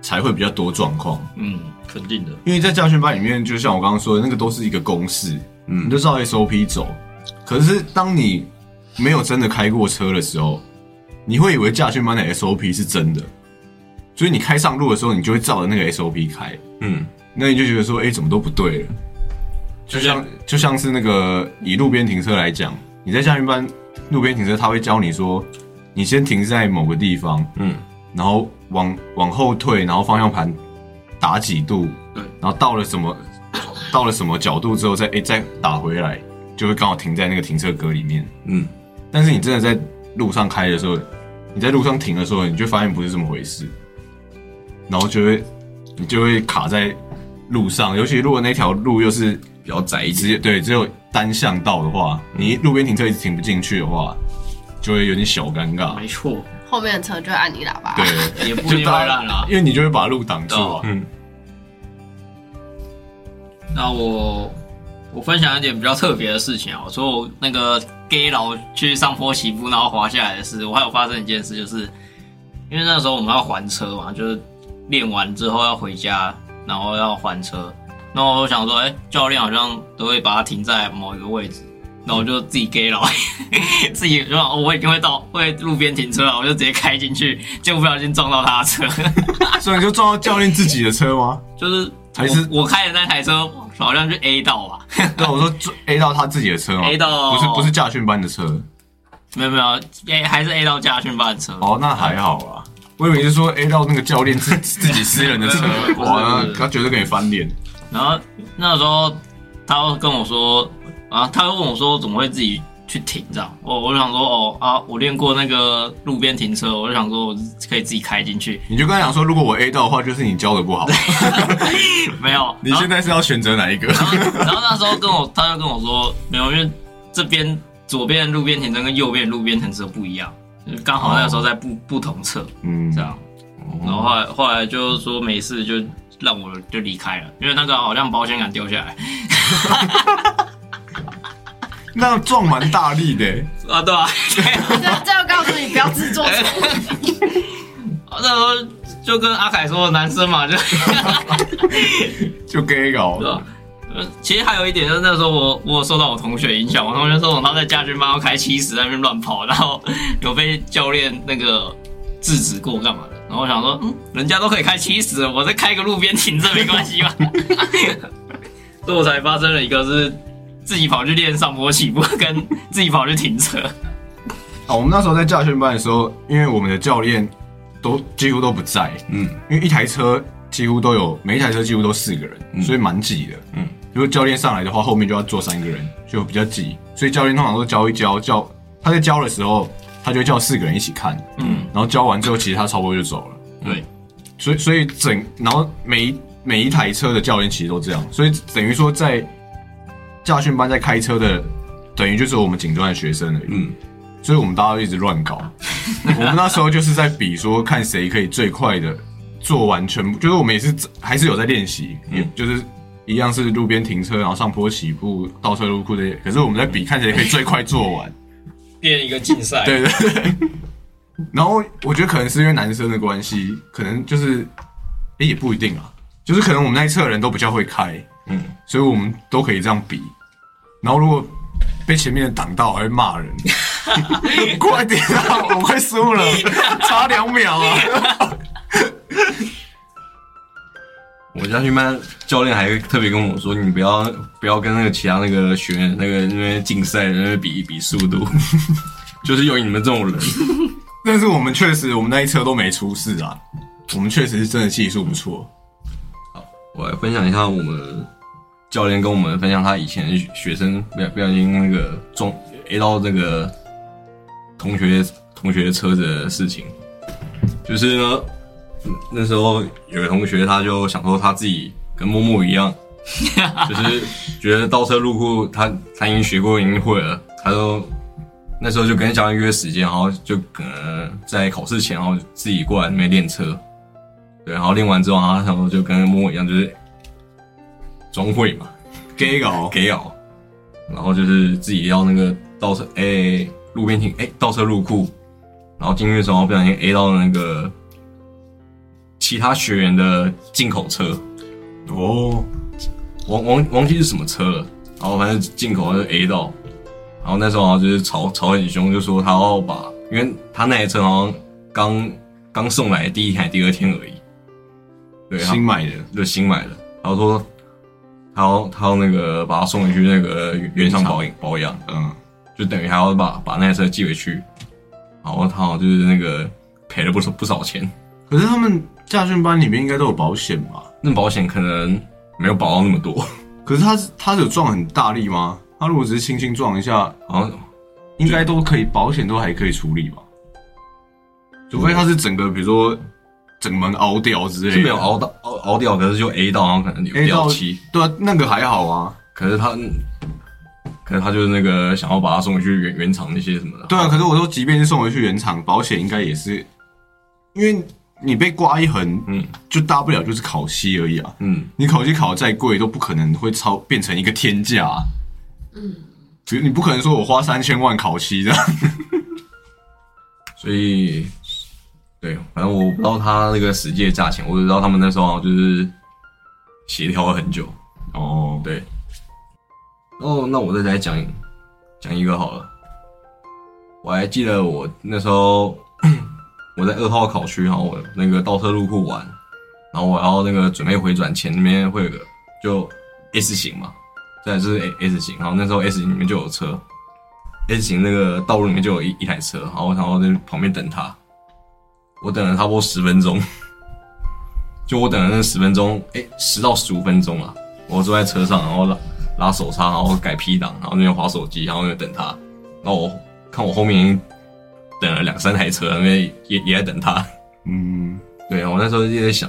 [SPEAKER 2] 才会比较多状况，
[SPEAKER 3] 嗯，肯定的，
[SPEAKER 2] 因为在驾训班里面，就像我刚刚说的，那个都是一个公式，
[SPEAKER 1] 嗯
[SPEAKER 2] 你就照 SOP 走。可是当你没有真的开过车的时候，你会以为驾训班的 SOP 是真的，所以你开上路的时候，你就会照着那个 SOP 开，
[SPEAKER 1] 嗯，
[SPEAKER 2] 那你就觉得说，哎、怎么都不对了。
[SPEAKER 3] 就
[SPEAKER 2] 就像就像是那个以路边停车来讲，你在驾训班路边停车，他会教你说，你先停在某个地方，
[SPEAKER 1] 嗯，
[SPEAKER 2] 然后往往后退，然后方向盘打几度，
[SPEAKER 3] 对，
[SPEAKER 2] 然后到了什么到了什么角度之后再诶再打回来，就会刚好停在那个停车格里面。
[SPEAKER 1] 嗯，
[SPEAKER 2] 但是你真的在路上开的时候，你在路上停的时候，你就发现不是这么回事，然后就会你就会卡在路上，尤其如果那条路又是
[SPEAKER 1] 比较窄一
[SPEAKER 2] 直
[SPEAKER 1] 点。
[SPEAKER 2] 接对只有单向道的话，你路边停车一直停不进去的话，就会有点小尴尬。
[SPEAKER 3] 没错，
[SPEAKER 4] 后面的车就会按你喇叭。
[SPEAKER 2] 对，
[SPEAKER 3] 也不
[SPEAKER 2] 就
[SPEAKER 3] 意
[SPEAKER 2] 大
[SPEAKER 3] 外
[SPEAKER 2] 家
[SPEAKER 3] 啦啦。
[SPEAKER 2] 因为你就会把路挡住啊。
[SPEAKER 1] 嗯，
[SPEAKER 3] 那我我分享一点比较特别的事情啊，我说我那个 gay 佬去上坡起步，然后滑下来的事，我还有发生一件事，就是因为那时候我们要还车嘛，就是练完之后要回家，然后要还车。那我想说，哎、教练好像都会把它停在某一个位置，那我就自己 gay 佬， 自己就想、哦、我已经会到会路边停车了，我就直接开进去，结果不小心撞到他的车。
[SPEAKER 2] 所以你就撞到教练自己的车吗？
[SPEAKER 3] 就是
[SPEAKER 2] 还是
[SPEAKER 3] 我我开的那台车好像是 A 道吧？
[SPEAKER 2] 对，啊我说撞 A 到他自己的车吗
[SPEAKER 3] A 到嗯
[SPEAKER 2] 哦不是不是驾训班的车。
[SPEAKER 3] 没有没有，A 还是 A 道驾训班的车。
[SPEAKER 2] 哦，那还好啊。我以为是说 A 到那个教 练自自己私人的车
[SPEAKER 3] 没有没有，不是
[SPEAKER 2] 哇
[SPEAKER 3] 不，是
[SPEAKER 2] 他绝对跟你翻脸。
[SPEAKER 3] 然后那时候他跟我说啊，他问我说怎么会自己去停这样？我我就想说哦啊，我练过那个路边停车，我就想说我可以自己开进 去。
[SPEAKER 2] 你就跟他讲说，如果我 A 到的话，就是你教的不好。
[SPEAKER 3] 没有，
[SPEAKER 2] 你现在是要选择哪一 个？
[SPEAKER 3] 然后然后那时候跟我，他就跟我说，没有，因为这边左边路边停车跟右边路边停车不一样，就是刚好那个时候在不、不同侧
[SPEAKER 2] 嗯
[SPEAKER 3] 这，样。然后后来后来就说没事，就让我就离开了，因为那个好像保险杆掉下来
[SPEAKER 2] 那撞蛮大力的欸。
[SPEAKER 3] 啊，对啊，
[SPEAKER 4] 这样 这样告诉你不要自 作主张。
[SPEAKER 3] 那时候就跟阿凯说的男生嘛，就
[SPEAKER 2] 就 gay 搞
[SPEAKER 3] 对吧？呃其实还有一点就是那时候我我有受到我同学影响，我同学说我他在家训班要开七十在那边乱跑，然后有被教练那个制止过干嘛的。然后我想说，嗯，人家都可以开七十，我再开个路边停这没关系吧？ 所以我才发生了一个是自己跑去练上坡起步，跟自己跑去停车。
[SPEAKER 2] 啊，我们那时候在驾训班的时候，因为我们的教练都几乎都不在，
[SPEAKER 1] 嗯，
[SPEAKER 2] 因为一台车几乎都有，每一台车几乎都四个人，所以蛮挤的。
[SPEAKER 1] 嗯，
[SPEAKER 2] 如果教练上来的话，后面就要坐三个人，就比较挤。所以教练通常都教一教，教他在教的时候，他就会叫四个人一起看，
[SPEAKER 3] 嗯，
[SPEAKER 2] 然后教完之后，其实他差不多就走了。
[SPEAKER 3] 对，
[SPEAKER 2] 所以所以整然后每一每一台车的教练其实都这样，所以等于说在驾训班在开车的，等于就是我们警专的学生而已。
[SPEAKER 1] 嗯，
[SPEAKER 2] 所以我们大家都一直乱搞。我们那时候就是在比说看谁可以最快的做完全部，就是我们也是还是有在练习，也就是。一样是路边停车，然后上坡起步、倒车入库这些。可是我们在比看谁可以最快做完。
[SPEAKER 3] 练一个竞赛。
[SPEAKER 2] 对对对。 然后我觉得可能是因为男生的关系，可能就是，诶也不一定啊，就是可能我们那一侧的人都比较会开，
[SPEAKER 1] 嗯，
[SPEAKER 2] 所以我们都可以这样比。然后如果被前面的挡到，还会 骂人，快点啊，我快输了，差两秒啊。
[SPEAKER 1] 我家训班教练还特别跟我说，你不要不要跟那个其他那个学员那个那边竞赛那边比比速度， 就是有你们这种人，
[SPEAKER 2] 但是我们确实，我们那一车都没出事啊，我们确实是真的技术不错。
[SPEAKER 1] 我来分享一下我们教练跟我们分享他以前学学生不不小心那个撞 A 到这个同学同学车子的事情，就是呢，嗯那时候有个同学他就想说他自己跟木木一样，就是觉得倒车入库他他已经学过已经会了，他就那时候就跟教练约时间，然后就可能在考试前，然后自己过来那边练车，对，然后练完之后，然后他想说就跟木木一样，就是装会嘛，
[SPEAKER 2] gay 搞，
[SPEAKER 1] 给咬，然后就是自己要那个倒车，哎、路边停，哎、倒车入库，然后进去的时候不小心 A 到那个其他学员的进口车，
[SPEAKER 2] 哦，
[SPEAKER 1] 忘忘忘记是什么车了，然后反正进口就 A 到，然后那时候好像就是吵吵很凶，就说他要把，因为他那台车好像刚刚送来第一天还第二天而已，对，他
[SPEAKER 2] 新买的，
[SPEAKER 1] 就新买的，然后说他要他要那个把它送回去那个原厂保养保养，
[SPEAKER 2] 嗯，
[SPEAKER 1] 就等于还要把把那台车寄回去，然后他好像就是那个赔了不少不少钱，
[SPEAKER 2] 可是他们驾训班里面应该都有保险吧？
[SPEAKER 1] 那保险可能没有保到那么多，
[SPEAKER 2] 可是他是他有撞很大力吗？他如果只是轻轻撞一下，
[SPEAKER 1] 好像
[SPEAKER 2] 应该都可以，保险都还可以处理吧？除非他是整个，比如说整门凹掉之类
[SPEAKER 1] 是
[SPEAKER 2] 的，
[SPEAKER 1] 没有熬到熬熬掉，可是就 A 到，然后可能有
[SPEAKER 2] A
[SPEAKER 1] 掉
[SPEAKER 2] 到
[SPEAKER 1] 漆，
[SPEAKER 2] 对啊，那个还好啊。
[SPEAKER 1] 可是他可是他就是那个想要把它送回去原原厂那些什么的，
[SPEAKER 2] 对啊，可是我说，即便是送回去原厂，保险应该也是，因为你被刮一痕，
[SPEAKER 1] 嗯
[SPEAKER 2] 就大不了就是烤漆而已啊。
[SPEAKER 1] 嗯，
[SPEAKER 2] 你烤漆烤得再贵，都不可能会超变成一个天价、啊。嗯，比如你不可能说我花三千万烤漆这样。
[SPEAKER 1] 所以，对，反正我不知道他那个实际的价钱，我只知道他们那时候就是协调了很久。
[SPEAKER 2] 哦，
[SPEAKER 1] 对，哦，那我再来讲讲一个好了。我还记得我那时候我在二号考区，然后我那个倒车入库玩，然后我要那个准备回转前那边会有个就 S 型嘛，再来就是 A- S 型，然后那时候 S 型里面就有车，S 型那个道路里面就有一一台车，然后我然后在旁边等他，我等了差不多十分钟， 就我等了那十分钟，哎、十到十五分钟啊，我坐在车上，然后拉拉手刹，然后改 P 档，然后那边划手机，然后那边等他，然后我看我后面已经等了两三台车，那边也也在等他，
[SPEAKER 2] 嗯，
[SPEAKER 1] 对我那时候就在想，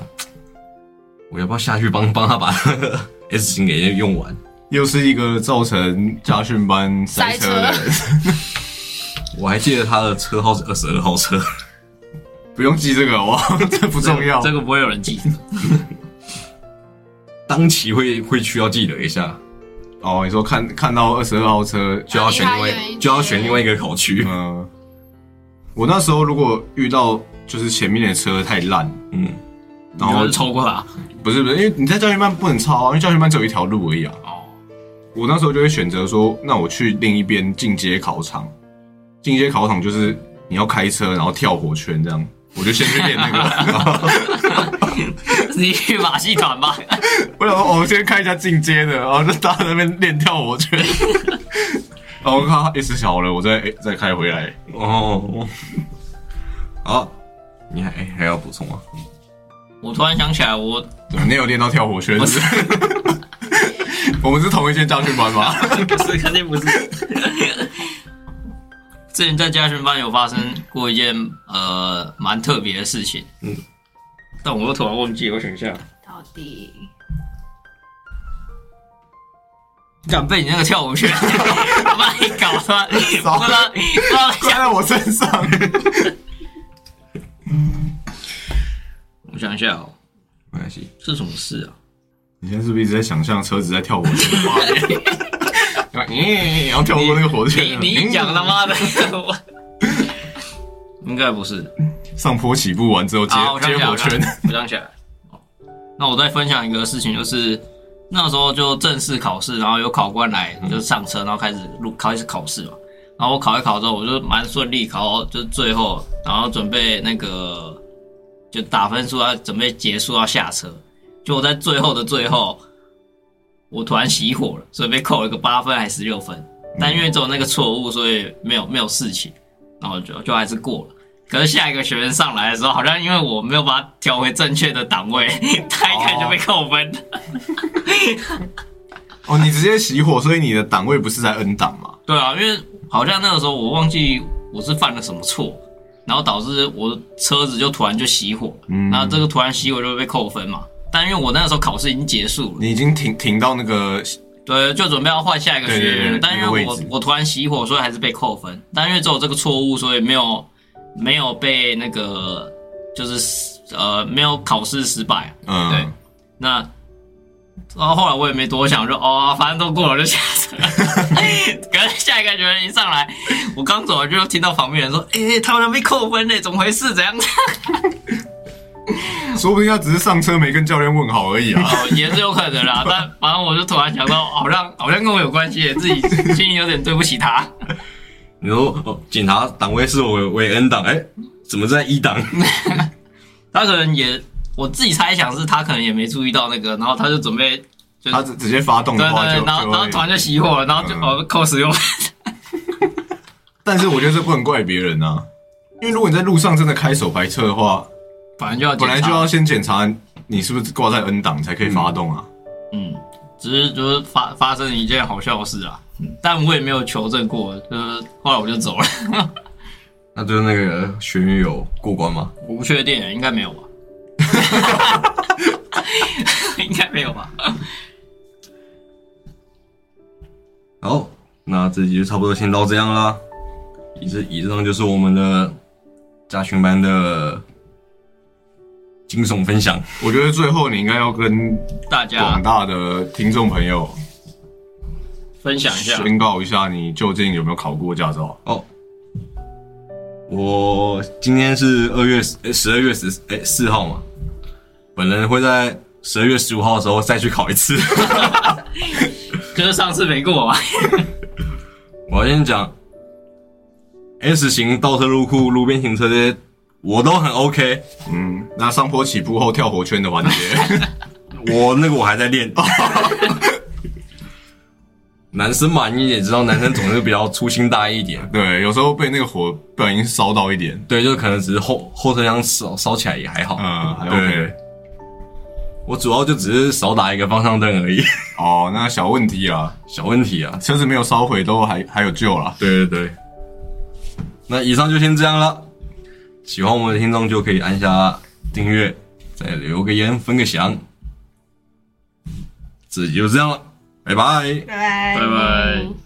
[SPEAKER 1] 我要不要下去帮帮他把 S 型给用完？
[SPEAKER 2] 又是一个造成家训班塞车的人，
[SPEAKER 1] 我还记得他的车号是二十二号车，
[SPEAKER 2] 不用记这个好不好？这不重要。
[SPEAKER 3] 这个不会有人记得。
[SPEAKER 1] 当期会会需要记得一下，
[SPEAKER 2] 哦，你说看看到二十二号车，
[SPEAKER 1] 就要选
[SPEAKER 2] 啊
[SPEAKER 1] 另外
[SPEAKER 4] 离他远一点
[SPEAKER 1] 就要选另外一个考区，
[SPEAKER 2] 嗯，我那时候如果遇到就是前面的车太烂，
[SPEAKER 1] 嗯，
[SPEAKER 2] 然
[SPEAKER 3] 有
[SPEAKER 2] 后
[SPEAKER 3] 人抽过他
[SPEAKER 2] 不是不是，因为你在教训班不能超啊，因为教训班只有一条路而已啊。
[SPEAKER 3] 哦，
[SPEAKER 2] 我那时候就会选择说，那我去另一边进阶考场。进阶考场就是你要开车，然后跳火圈这样。我就先去练那 个，
[SPEAKER 3] 你去马戏团吧，
[SPEAKER 2] 我想说，哦我先看一下进阶的，然后就大家在那边练跳火 圈。然后我靠，S 小了，我再诶再开回来。
[SPEAKER 1] 哦， 好，你还还要补充吗？
[SPEAKER 3] 我突然想起来，我
[SPEAKER 2] 对你有练到跳火圈？是不 是我们是同一间家训班 吗？
[SPEAKER 3] 不是，肯定不是。 之前在家训班有发生过一件呃蛮特别的事情，
[SPEAKER 1] 嗯
[SPEAKER 3] 嗯，但我又突然忘记，我想一 下，
[SPEAKER 4] 到底
[SPEAKER 3] 敢被你那个跳舞圈， 我把 你搞了，不知道不知道 在
[SPEAKER 2] 怪
[SPEAKER 3] 想，
[SPEAKER 2] 在我身上。
[SPEAKER 3] 我想一下哦，
[SPEAKER 1] 没关系，
[SPEAKER 3] 是什么 事啊？
[SPEAKER 2] 你现在是不是一直在想象车子在跳火圈 的画面？嗯，然后跳过那个火
[SPEAKER 3] 你
[SPEAKER 2] 圈，
[SPEAKER 3] 你一讲他
[SPEAKER 2] 了 吗？
[SPEAKER 3] 妈的，我应该不是。
[SPEAKER 2] 嗯上坡起步完之后接
[SPEAKER 3] 好，我想
[SPEAKER 2] 接
[SPEAKER 3] 起来，
[SPEAKER 2] 火
[SPEAKER 3] 我想起
[SPEAKER 2] 圈，
[SPEAKER 3] 来我想起 来。哦那我再分享一个事情，就是那时候就正式考试，然后有考官来，就上车，然后开始录开始考试嘛。然后我考一考之后，我就蛮顺利考，到就是最后，然后准备那个就打分数要准备结束要下车，就我在最后的最后，我突然熄火了，所以被扣了一个八分还十六分。但因为只有那个错误，所以没有没有事情，然后就就还是过了。可是下一个学员上来的时候，好像因为我没有把他调回正确的档位，他一看就被扣分。
[SPEAKER 2] 哦，你直接熄火，所以你的档位不是在 N 档嘛？
[SPEAKER 3] 对啊，因为好像那个时候我忘记我是犯了什么错，然后导致我车子就突然就熄火，嗯，
[SPEAKER 2] 嗯
[SPEAKER 3] 那这个突然熄火就会被扣分嘛。但因为我那个时候考试已经结束了，
[SPEAKER 2] 你已经停停到那个
[SPEAKER 3] 对，就准备要换下一个学
[SPEAKER 2] 对对对
[SPEAKER 3] 员了，但因为
[SPEAKER 2] 那个位
[SPEAKER 3] 我
[SPEAKER 2] 置
[SPEAKER 3] 我突然熄火，所以还是被扣分。但因为只有这个错误，所以没有没有被那个就是呃没有考试失败啊、对
[SPEAKER 2] 嗯，
[SPEAKER 3] 那然后后来我也没多想，就哦，反正都过了就下车。 可是下一个学员一上来，我刚走完就听到旁边人说：“诶，他们被扣分嘞，怎么回事？怎样？”
[SPEAKER 2] 说不定他只是上车没跟教练问好而已啊。
[SPEAKER 3] 哦，也是有可能啦。但反正我就突然想到，好像好像跟我有关系耶，自己心里有点对不起他。
[SPEAKER 1] 你说哦，警察档位是我为 N 档，哎、怎么在一档？
[SPEAKER 3] 他可能也，我自己猜想是他可能也没注意到那个，然后他就准备就是
[SPEAKER 2] 他直直接发动
[SPEAKER 3] 对
[SPEAKER 2] 的话
[SPEAKER 3] 对，
[SPEAKER 2] 就
[SPEAKER 3] 对然后
[SPEAKER 2] 就
[SPEAKER 3] 然后
[SPEAKER 2] 会
[SPEAKER 3] 突然就熄火了，然后就
[SPEAKER 2] 嗯
[SPEAKER 3] 哦扣十 六分。
[SPEAKER 2] 但是我觉得这不能怪别人啊，因为如果你在路上真的开手排车的话，
[SPEAKER 3] 反正就要
[SPEAKER 2] 本来
[SPEAKER 3] 检
[SPEAKER 2] 就
[SPEAKER 3] 查
[SPEAKER 2] 要先检查你是不是挂在 N 档才可以发动啊。
[SPEAKER 3] 嗯，只是就是发发生了一件好笑的事啊，但我也没有求证过，就是后来我就走 了，
[SPEAKER 1] 那就是那个学员有过关吗？
[SPEAKER 3] 我不确定，应该没有 吧， 应该没有吧，
[SPEAKER 1] 好，那这集就差不多先到这样啦。以这以上就是我们的家训班的惊悚分享。
[SPEAKER 2] 我觉得最后你应该要跟
[SPEAKER 3] 大家
[SPEAKER 2] 广大的听众朋友
[SPEAKER 3] 分享一下，
[SPEAKER 2] 宣告一下，你究竟有没有考过驾照？啊
[SPEAKER 1] 哦，我今天是二月十二月十哎四号嘛，本人会在十二月十五号的时候再去考一次。
[SPEAKER 3] 就是上次没过啊，
[SPEAKER 1] 我要先讲 S 型倒车入库、路边停车这些，我都很 OK。
[SPEAKER 2] 嗯，那上坡起步后跳火圈的环 节，
[SPEAKER 1] 我那个我还在练。 男生嘛，你也知道，男生总是比较粗心大意一点。
[SPEAKER 2] 对，有时候被那个火不小心烧到一点，
[SPEAKER 1] 对，就可能只是后后车厢烧烧起来也还好。
[SPEAKER 2] 嗯，还
[SPEAKER 1] 对
[SPEAKER 2] OK。，
[SPEAKER 1] 我主要就只是少打一个方向灯而已，
[SPEAKER 2] 哦，那小问题啊，
[SPEAKER 1] 小问题啊。
[SPEAKER 2] 车子没有烧毁都还还有救啦。
[SPEAKER 1] 对对对，啊那以上就先这样了。喜欢我们的听众就可以按下订阅，再留个言，分个享。自己就这样了，拜拜。
[SPEAKER 4] 拜拜
[SPEAKER 3] 拜拜。